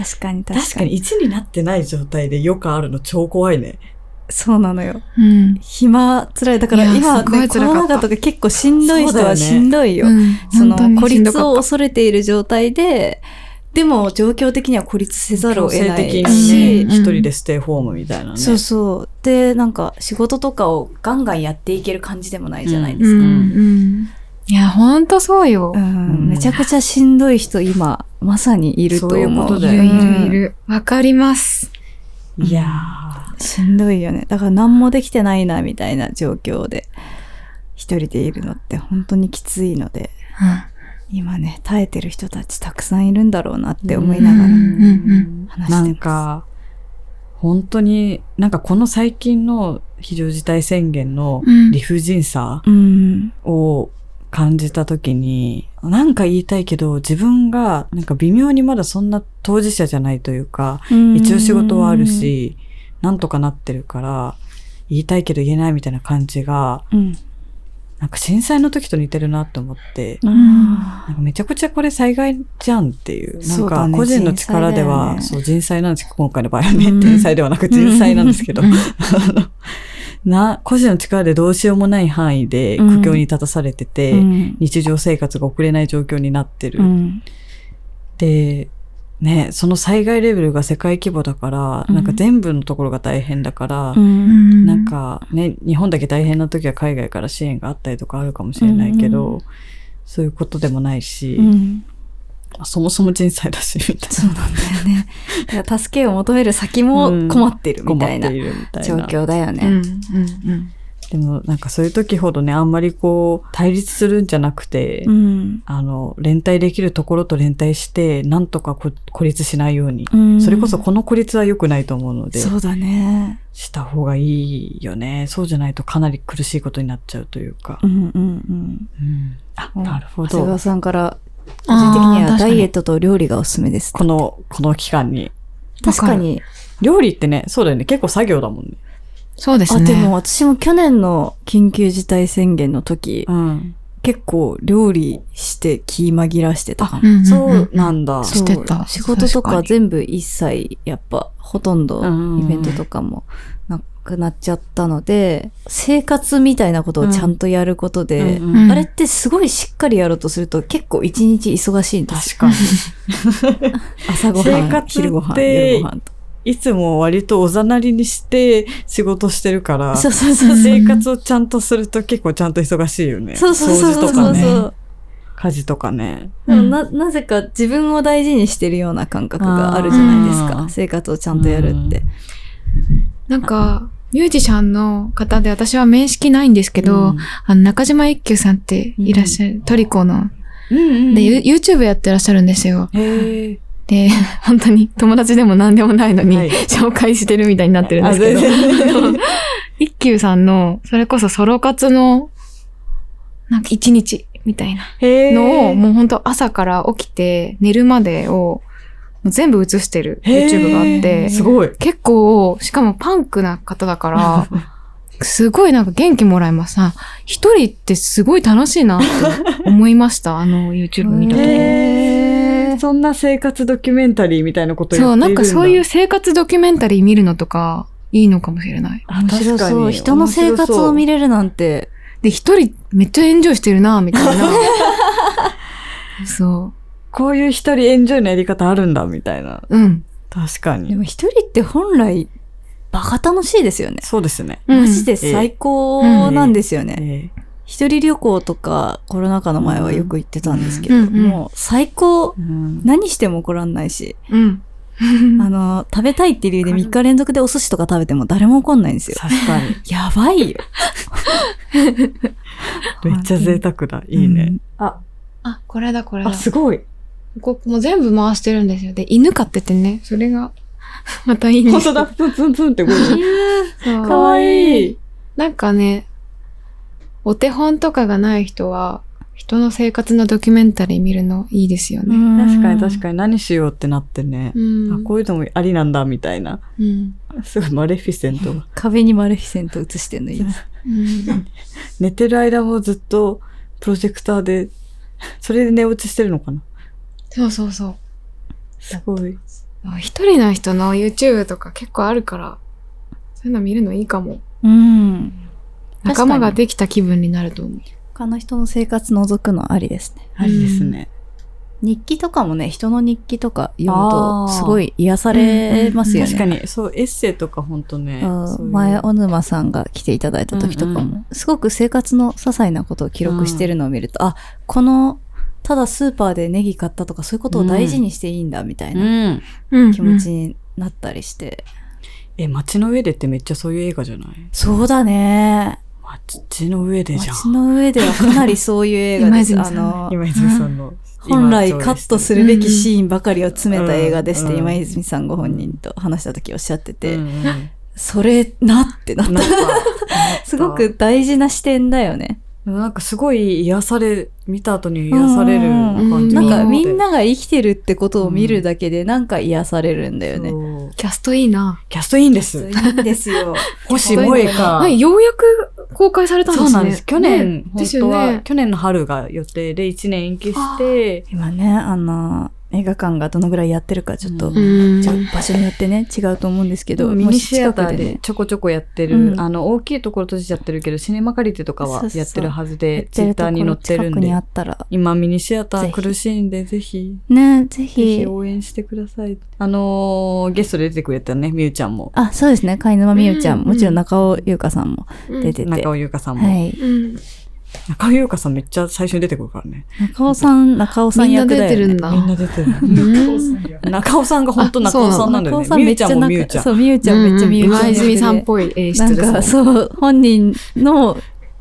Speaker 1: 確かに確かに。
Speaker 2: 確かに1になってない状態で余暇あるの超怖いね。
Speaker 1: そうなのよ。
Speaker 3: うん。
Speaker 1: 暇辛い。だから
Speaker 3: いや
Speaker 1: 今、
Speaker 3: すごい
Speaker 1: ね、コ
Speaker 3: 辛かった
Speaker 1: ロナ禍とか結構しんどい人
Speaker 2: そうだよ
Speaker 1: は
Speaker 2: ね
Speaker 1: しんどいよ。
Speaker 3: うん
Speaker 1: その
Speaker 3: 本当に
Speaker 1: 孤
Speaker 3: しんど
Speaker 1: 立
Speaker 3: かった
Speaker 1: を恐れている状態で、でも状況的には孤立せざるを
Speaker 2: 強
Speaker 1: 得
Speaker 2: 制
Speaker 1: ない
Speaker 2: 的
Speaker 1: し、
Speaker 2: に
Speaker 3: うん
Speaker 2: ね、一人でステイホームみたいなね。
Speaker 1: そうそう。で、なんか仕事とかをガンガンやっていける感じでもないじゃないで
Speaker 3: う
Speaker 1: す
Speaker 3: ん
Speaker 1: か。
Speaker 3: うん。いや、ほんとそうよ。
Speaker 1: うん
Speaker 2: うん
Speaker 1: めちゃくちゃしんどい人今、まさにいると思う。
Speaker 2: そういうことだ
Speaker 3: い
Speaker 2: よ
Speaker 3: る
Speaker 2: ね
Speaker 3: いるいる。わかります。
Speaker 2: いや
Speaker 1: しんどいよね。だから何もできてないな、みたいな状況で、一人でいるのって本当にきついので、今ね、耐えてる人たちたくさんいるんだろうなって思いなが
Speaker 3: う
Speaker 1: ら
Speaker 3: んうん
Speaker 1: 話してます。
Speaker 2: なんか、本当に、なんかこの最近の非常事態宣言の
Speaker 3: うん
Speaker 2: 理不尽さ
Speaker 1: うん。
Speaker 2: を感じた時に、なんか言いたいけど、自分がなんか微妙にまだそんな当事者じゃないというか、一応仕事はあるし、なんとかなってるから、言いたいけど言えないみたいな感じが、
Speaker 1: うん、
Speaker 2: なんか震災の時と似てるなと思って、
Speaker 1: あ
Speaker 2: なんかめちゃくちゃこれ災害じゃんっていう。な
Speaker 1: そ
Speaker 2: ん
Speaker 1: うだ
Speaker 2: か
Speaker 1: ね
Speaker 2: 個人の力では、
Speaker 1: 人
Speaker 2: そう人災なんですけど、今回の場合はね、
Speaker 1: うん
Speaker 2: 天災ではなく人災なんですけど、
Speaker 3: うん
Speaker 2: な、個人の力でどうしようもない範囲で
Speaker 1: うん
Speaker 2: 苦境に立たされてて、
Speaker 1: ーうん
Speaker 2: 日常生活が送れない状況になってる。
Speaker 1: うん
Speaker 2: で、ね、その災害レベルが世界規模だから、
Speaker 1: うん
Speaker 2: なんか全部のところが大変だから、
Speaker 1: うん
Speaker 2: なん、かね、日本だけ大変な時は海外から支援があったりとかあるかもしれないけど、
Speaker 1: うんう
Speaker 2: そういうことでもないし、
Speaker 1: うん
Speaker 2: そもそも人災だし、みたいな。
Speaker 1: そうなんだよね。だから助けを求める先も
Speaker 2: うん
Speaker 1: 困ってるみ
Speaker 2: 困
Speaker 1: たい
Speaker 2: っ
Speaker 1: な
Speaker 2: ているみたいな。
Speaker 1: 状況だよ
Speaker 3: うん
Speaker 1: ね。
Speaker 3: うんうん
Speaker 2: でもなんかそういう時ほどね、あんまりこう、対立するんじゃなくて、
Speaker 1: うん
Speaker 2: あの、連帯できるところと連帯して、なんとかこ孤立しないように。
Speaker 1: うん
Speaker 2: それこそこの孤立は良くないと思うので、
Speaker 1: そうだね。
Speaker 2: した方がいいよね。そうじゃないとかなり苦しいことになっちゃうというか
Speaker 1: う。んうんうん。
Speaker 2: うんあ、
Speaker 1: うん
Speaker 2: なるほ
Speaker 1: 長谷
Speaker 2: ど
Speaker 1: 川。さんから、個人的に
Speaker 3: あー
Speaker 1: は
Speaker 3: 確か
Speaker 1: ダ
Speaker 3: に
Speaker 1: イエットと料理がおすすめです。
Speaker 2: この、この期間に。
Speaker 1: 確かに。
Speaker 2: 料理ってね、そうだよね。結構作業だもんね。
Speaker 3: そうです
Speaker 1: あ、
Speaker 3: ね。
Speaker 1: でも私も去年の緊急事態宣言の時、
Speaker 2: ん。
Speaker 1: 結構料理して気紛らしてたかも
Speaker 3: うんうんうん、
Speaker 2: そうなんだ。
Speaker 1: そう
Speaker 3: してた
Speaker 1: 仕事と
Speaker 3: 確か
Speaker 1: か
Speaker 3: に
Speaker 1: 全部一切、やっぱほとんど
Speaker 2: うん
Speaker 1: イベントとかもなくなっちゃったので、生活みたいなことをちゃんとやることで、
Speaker 2: うんうん
Speaker 3: ん
Speaker 1: あれってすごいしっかりやろうとすると結構一日忙しいんです
Speaker 2: 確かに。
Speaker 1: 朝ごは
Speaker 2: 生
Speaker 1: ん、
Speaker 2: 活
Speaker 1: 昼ごはん、
Speaker 2: って
Speaker 1: 夜ごはんと。
Speaker 2: いつも割とおざなりにして仕事してるから、
Speaker 1: そうそうそう。
Speaker 2: 生活をちゃんとすると結構ちゃんと忙しいよね。
Speaker 1: そうそうそう
Speaker 2: 掃
Speaker 1: そう
Speaker 2: 除とか
Speaker 1: そう
Speaker 2: ね。
Speaker 1: そう。
Speaker 2: 家事とかね。
Speaker 1: でもな、なぜか自分を大事にしてるような感覚があるじゃないです
Speaker 2: あ
Speaker 1: か
Speaker 2: ー。
Speaker 1: 生活をちゃんとやるって。
Speaker 3: なんか、ミュージシャンの方で私は面識ないんですけど、
Speaker 2: うん
Speaker 3: あの中島一休さんっていらっしゃる、トリコの、
Speaker 2: うんうん
Speaker 3: で、ユ YouTube やってらっしゃるんですよ。
Speaker 2: へえ。
Speaker 3: で、 本当に友達でも何でもないのに、
Speaker 2: はい
Speaker 3: 紹介してるみたいになってるんですけど、一休さんの、それこそソロ活の、なんか一日みたいな
Speaker 2: へえ。
Speaker 3: のを、もう本当朝から起きて寝るまでを、もう全部映してる
Speaker 2: へー
Speaker 3: YouTube があって、
Speaker 2: すごい。
Speaker 3: 結構、しかもパンクな方だから、すごいなんか元気もらえます。あ一人ってすごい楽しいなって思いました。あの YouTube 見た
Speaker 1: へ
Speaker 3: 時に。
Speaker 2: へえ。そんな生活ドキュメンタリーみたいなことやっている
Speaker 3: そう、
Speaker 2: んだ
Speaker 3: なんかそういう。生活ドキュメンタリー見るのとか、いいのかもしれない。
Speaker 2: あ
Speaker 1: 面白
Speaker 2: 確か
Speaker 1: そう。
Speaker 2: に。
Speaker 1: 人の生活を見
Speaker 2: る。
Speaker 1: れるなんて、
Speaker 3: で、一人めっちゃエンジョイしてるな、みたいな。 そ
Speaker 2: こういう一人エンジョイのやり方あるんだ、みたいな。
Speaker 3: う。うん。
Speaker 2: 確か
Speaker 1: で
Speaker 2: に。
Speaker 1: も一人って本来、バカ楽しいですよね。
Speaker 2: そうですね。
Speaker 3: うん
Speaker 1: マジで最高なんですよね。
Speaker 2: え
Speaker 1: 一人旅行とかコロナ禍の前はよく行ってたんですけど、
Speaker 3: うんうん
Speaker 1: もう最高
Speaker 2: え。う、ん
Speaker 1: 何しても怒らんないし、
Speaker 3: うん。
Speaker 1: あの、食べたいって理由で
Speaker 3: わかる
Speaker 1: 3日連続でお寿司とか食べても誰も怒んないんですよ。
Speaker 2: 確かに。
Speaker 1: やばいよ。
Speaker 2: めっちゃ贅沢だ。いいね。あ、
Speaker 3: あ、これだ、これだ
Speaker 2: あ、。すごい。
Speaker 3: ここもう全部回してるんですよ。で、犬飼っててね、そ れが、またいいんで
Speaker 2: 本
Speaker 3: す
Speaker 2: 当だ、
Speaker 3: よ。
Speaker 2: プンプンプンって動いてる。
Speaker 3: そう
Speaker 2: かわいい。
Speaker 3: なんかね、お手本とかがない人は、人の生活のドキュメンタリー見るのいいですよね。
Speaker 2: 確かに確かに何しようってなってね。
Speaker 3: うん。
Speaker 2: あ、こういうのもありなんだ、みたいな。
Speaker 3: うん。
Speaker 2: すごいマレフィセントが。
Speaker 1: 壁にマルフィセント映してんのいいです。
Speaker 3: うん
Speaker 2: 寝てる間もずっとプロジェクターで、それで寝落ちしてるのかな
Speaker 3: そうそうそう。
Speaker 2: すごい。
Speaker 3: あ一人の人の YouTube とか結構あるから、そういうの見るのいいかも。
Speaker 1: うん。
Speaker 3: 仲間ができた気分になると思う。
Speaker 1: 他の人の生活覗くのありですね。
Speaker 2: ありですね。
Speaker 1: 日記とかもね、人の日記とか読む
Speaker 2: あ
Speaker 1: と、
Speaker 2: ー
Speaker 1: すごい癒されますよね。
Speaker 2: 確かに、そう、エッセイとかほんとね。
Speaker 1: うん
Speaker 2: そういう
Speaker 1: 前、小沼さんが来ていただいた時とかも、
Speaker 2: うんう。
Speaker 1: すごく生活の些細なことを記録してるのを見ると、あ、この、ただスーパーでネギ買ったとか、そういうことを大事にしていいんだ、みたいうなん
Speaker 3: うん
Speaker 1: 気持ちになったりして。
Speaker 2: え、街の上でってめっちゃそういう映画じゃない
Speaker 1: そうだね。
Speaker 2: 街の上でじゃん。
Speaker 1: 街の上ではかなりそういう映画です。
Speaker 3: 今泉
Speaker 1: あ
Speaker 3: さん
Speaker 1: の、
Speaker 2: 今泉さんの。
Speaker 1: 本来カットするべきシーンばかりを詰めた映画ですっ
Speaker 2: う
Speaker 1: て
Speaker 2: ん
Speaker 1: 今泉さんご本人と話した時おっしゃって
Speaker 2: う
Speaker 1: て、
Speaker 2: んうんなんか
Speaker 1: それなって なった。すごく大事な視点だよね。
Speaker 2: でもなんかすごい癒され、見た後に癒される感じ
Speaker 1: な
Speaker 2: が
Speaker 1: んか
Speaker 2: あって
Speaker 1: みん、なが生きてるってことを見るだけでなんか癒されるんだよね。
Speaker 2: そう
Speaker 3: キャストいいな。
Speaker 2: キャストいいんで
Speaker 1: そ
Speaker 2: す
Speaker 1: う。いいんですよ。
Speaker 2: 星萌えか。
Speaker 3: はい、ようやく公開されたんで
Speaker 2: そ
Speaker 3: すね。
Speaker 2: うなんです。去年、
Speaker 3: ねで
Speaker 2: 本
Speaker 3: す
Speaker 2: 当
Speaker 3: よ
Speaker 2: は、
Speaker 3: ね。
Speaker 2: 去年の春が予定で1年延期して、
Speaker 1: 今ね、あの、映画館がどのぐらいやってるかちょっと、
Speaker 2: うん
Speaker 3: うん
Speaker 1: ちょ場所によってね、違うと思うんですけど、
Speaker 2: ミニシアタ
Speaker 1: もし
Speaker 2: ー
Speaker 1: 近く
Speaker 2: で
Speaker 1: ね
Speaker 2: ちょこちょこやってる、
Speaker 1: うん
Speaker 2: あの、大きいところ閉じちゃってるけど、シネマカリテとかは
Speaker 1: そうそう
Speaker 2: やってるはずで、ツイ
Speaker 1: や
Speaker 2: ッ
Speaker 1: って
Speaker 2: ターに載
Speaker 1: るところ
Speaker 2: ってるん
Speaker 1: 近くにあ
Speaker 2: で、
Speaker 1: ったら、
Speaker 2: 今ミニシアタ
Speaker 1: ぜ
Speaker 2: ー
Speaker 1: ひ
Speaker 2: 苦しいんで、ぜひ、
Speaker 1: ね、ぜ
Speaker 2: ぜひ
Speaker 1: ひ、
Speaker 2: 応援してください。あのーゲストで出てくれたね、みゆちゃんも、
Speaker 1: あ、そうですね、貝沼美優ちゃん、
Speaker 3: うん
Speaker 1: もちろん中尾優香さんも
Speaker 3: うん
Speaker 1: 出てて、
Speaker 2: 中尾優香さんも。
Speaker 1: はい。
Speaker 3: うん。
Speaker 2: 中尾優香さんめっちゃ最初に出てくるからね。
Speaker 1: 中尾さん、中尾さん
Speaker 3: みんな
Speaker 1: 役だよ、ね。
Speaker 3: 出てるんだ。
Speaker 2: みんな出てる。
Speaker 3: うん
Speaker 2: 中尾さんが本当中尾さんなんだよね。みゆちゃんもみゆちゃん。
Speaker 1: そう、みゆちゃんめっちゃみゆちゃん。
Speaker 3: 今泉さんっぽい演
Speaker 1: な
Speaker 3: 出
Speaker 1: ん
Speaker 3: ですね
Speaker 1: か、そう、本人の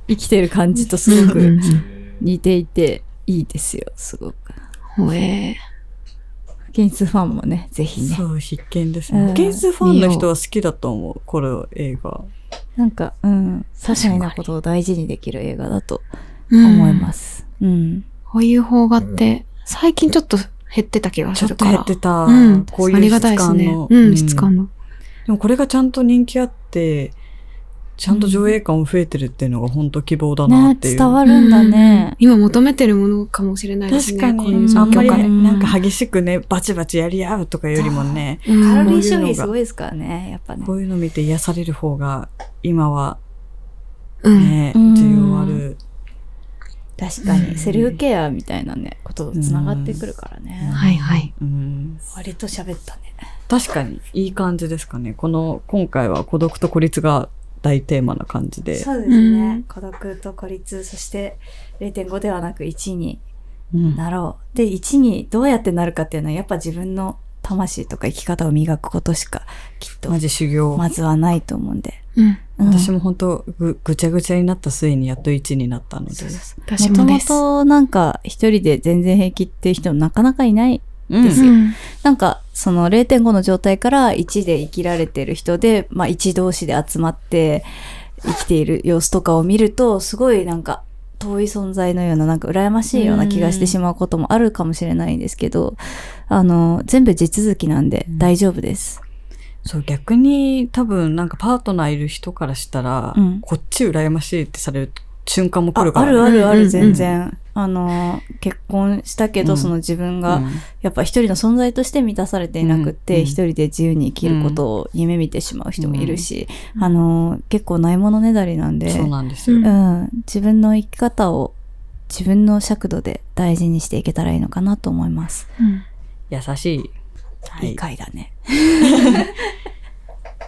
Speaker 1: 生きてる感じとすごく似ていて、いいですよ、すごく。
Speaker 3: ほえ
Speaker 1: ケンスファンもね、ぜひね。
Speaker 2: そう、必見です
Speaker 1: う
Speaker 2: ね。
Speaker 1: ん
Speaker 2: ケンスファンの人は好きだと思う、この映画。
Speaker 1: なんか、うん、些細なことを大事にできる映画だと
Speaker 3: うん
Speaker 1: 思います。うん。
Speaker 3: こういう方がって、最近ちょっと減ってた気が
Speaker 2: ちょ
Speaker 3: す
Speaker 2: っ
Speaker 3: る
Speaker 2: と
Speaker 3: から。
Speaker 2: 減ってた。
Speaker 3: うん。
Speaker 2: こうい
Speaker 3: あ
Speaker 2: う
Speaker 3: り
Speaker 2: 質
Speaker 3: がたいです
Speaker 2: 感
Speaker 3: ね。
Speaker 2: の。
Speaker 3: うん、質感の。
Speaker 2: でもこれがちゃんと人気あって、ちゃんと上映感も増えてるっていうのが本当希望だなっ
Speaker 1: ね
Speaker 2: ていう。
Speaker 1: 伝わるんだね。
Speaker 3: 今求めてるものかもしれないです
Speaker 2: 確
Speaker 3: ね。
Speaker 2: か
Speaker 3: こういう
Speaker 2: に、
Speaker 3: 状
Speaker 2: あんま
Speaker 3: 況
Speaker 2: り
Speaker 3: 下で。
Speaker 2: なんか激しくね、バチバチやり合うとかよりもね、
Speaker 3: うん
Speaker 1: カロ
Speaker 2: 軽
Speaker 1: リ
Speaker 2: い
Speaker 1: ー消費すごいですからね、やっぱね
Speaker 2: こ。ういうの見て癒される方が、今は
Speaker 3: うん。
Speaker 2: ね、
Speaker 1: うん
Speaker 2: 需要ある。
Speaker 1: 確か
Speaker 2: うん
Speaker 1: に、セルフケアみたいなね、ことつながってくるからね。
Speaker 3: はいはい。
Speaker 2: うん
Speaker 1: 割と喋ったね。
Speaker 2: 確かに、いい感じですかね。この、今回は孤独と孤立が大テーマな感じで。
Speaker 1: そうです
Speaker 3: う
Speaker 1: ね
Speaker 3: ん。
Speaker 1: 孤独と孤立、そして0.5ではなく1に
Speaker 2: うん
Speaker 1: なろう。で、1にどうやってなるかっていうのは、やっぱ自分の魂とか生き方を磨くことしか、きっと
Speaker 2: マ、ジ修行。
Speaker 1: まずはないと思うんで。
Speaker 3: うん。
Speaker 1: うん
Speaker 2: 私も本当ぐ、ぐちゃぐちゃになった末にやっと1になったので。
Speaker 1: そうそうそう
Speaker 3: 私
Speaker 1: もと
Speaker 3: も
Speaker 1: も
Speaker 3: です。
Speaker 1: となんか一人で全然平気っていう人もなかなかいない。
Speaker 2: うん
Speaker 1: です
Speaker 3: うん
Speaker 1: なんかその0.5の状態から1で生きられてる人で、まあ1同士で集まって生きている様子とかを見ると、すごいなんか遠い存在のような、なんか羨ましいような気がしてしまうこともあるかもしれないんですけど、あの、全部地続きなんで
Speaker 2: うん
Speaker 1: 大丈夫です。
Speaker 2: そう、逆に多分なんかパートナーいる人からしたら、
Speaker 1: うん
Speaker 2: こっち羨ましいってされる瞬間も来
Speaker 1: あ
Speaker 2: るか
Speaker 1: あ
Speaker 2: ら、ね。
Speaker 1: るあるあ
Speaker 3: うんうんう
Speaker 1: る、
Speaker 3: ん
Speaker 1: 全然。あの、結婚したけ
Speaker 2: う
Speaker 1: ど、
Speaker 2: ん
Speaker 1: その自分が、
Speaker 2: うん
Speaker 1: やっぱ一人の存在として満たされていなくって、
Speaker 2: うんうん
Speaker 1: 一人で自由に生きることを夢見てしまう人もいるし、あの結構ないものねだりなんで
Speaker 2: そうなんですよ。
Speaker 3: うん
Speaker 1: うん、自分の生き方を自分の尺度で大事にしていけたらいいのかなと思います。、
Speaker 3: うん
Speaker 2: 優しい。はい
Speaker 1: い
Speaker 2: い。
Speaker 1: 回だね。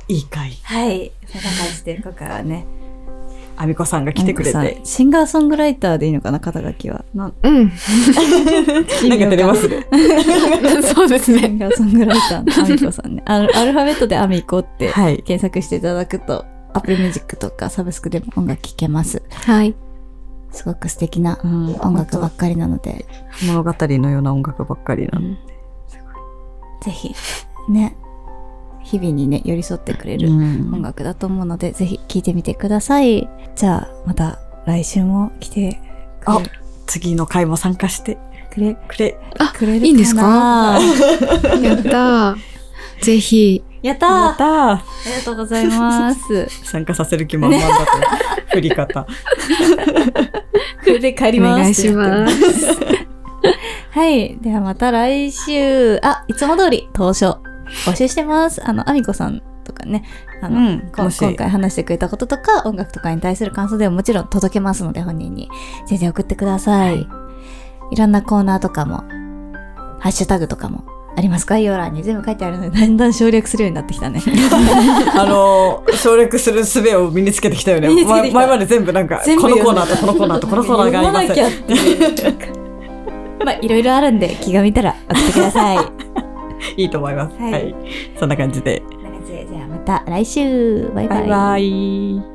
Speaker 2: いい回。
Speaker 1: はい、そんな感じで今回はね、
Speaker 2: あみこさんが来てくれ
Speaker 1: なん
Speaker 2: て
Speaker 1: かさ。シンガーソングライターでいいのかな、肩書きは。
Speaker 2: な
Speaker 3: うん。
Speaker 2: なんか照れますね。
Speaker 3: そうです
Speaker 1: シ
Speaker 3: ね。
Speaker 1: ンガーソングライターのアミコさんね。 あのアルファベットでアミコって
Speaker 2: はい。
Speaker 1: 検索していただくと、Apple Music とかサブスクでも音楽聴けます。
Speaker 3: はい。
Speaker 1: すごく素敵な
Speaker 2: うん
Speaker 1: 音楽ばっかりなので、
Speaker 2: 物語のような音楽ばっかりなの。
Speaker 1: ぜひ、ね、日々にね、寄り添ってくれる
Speaker 2: うん
Speaker 1: 音楽だと思うので、ぜひ聴いてみてください。じゃあ、また来週も来てくれ
Speaker 2: あ次の回も参加して
Speaker 1: くれ、
Speaker 2: くれ。
Speaker 1: くれるかない
Speaker 3: いんで すかやったー。ぜひ、
Speaker 1: やったー
Speaker 2: ま
Speaker 1: あ
Speaker 2: た、
Speaker 1: りがとうござい ます。
Speaker 2: 参加させる気満々だと。振り方。
Speaker 1: くれ帰
Speaker 3: お
Speaker 1: ります。
Speaker 3: 願いします。
Speaker 1: はい。ではまた来週。あ、いつも通り、当初、募集してます。あの、アミコさんとかね、あの、
Speaker 2: ん
Speaker 1: こ今回話してくれたこととか、音楽とかに対する感想でももちろん届けますので、本人に。全然送ってください。いろんなコーナーとかも、ハッシュタグとかも、ありますか概要欄に全部書いてあるので、だんだん省略するようになってきたね。
Speaker 2: あの、省略する術を身につけてきたよね。
Speaker 1: 身につけて
Speaker 2: 前
Speaker 1: きた
Speaker 2: 前まで全部なんか、
Speaker 1: 全部
Speaker 2: このコーナーとこのコーナーとこのコーナーがありま
Speaker 1: 読まな
Speaker 2: す
Speaker 1: きゃっていう。 まあ、いろいろあるんで、気が見たら送ってください。
Speaker 2: いいと思います。
Speaker 1: はい
Speaker 2: はい。そんな感じで。
Speaker 1: ということでじゃあまた来週バイバイ
Speaker 2: バイバイ。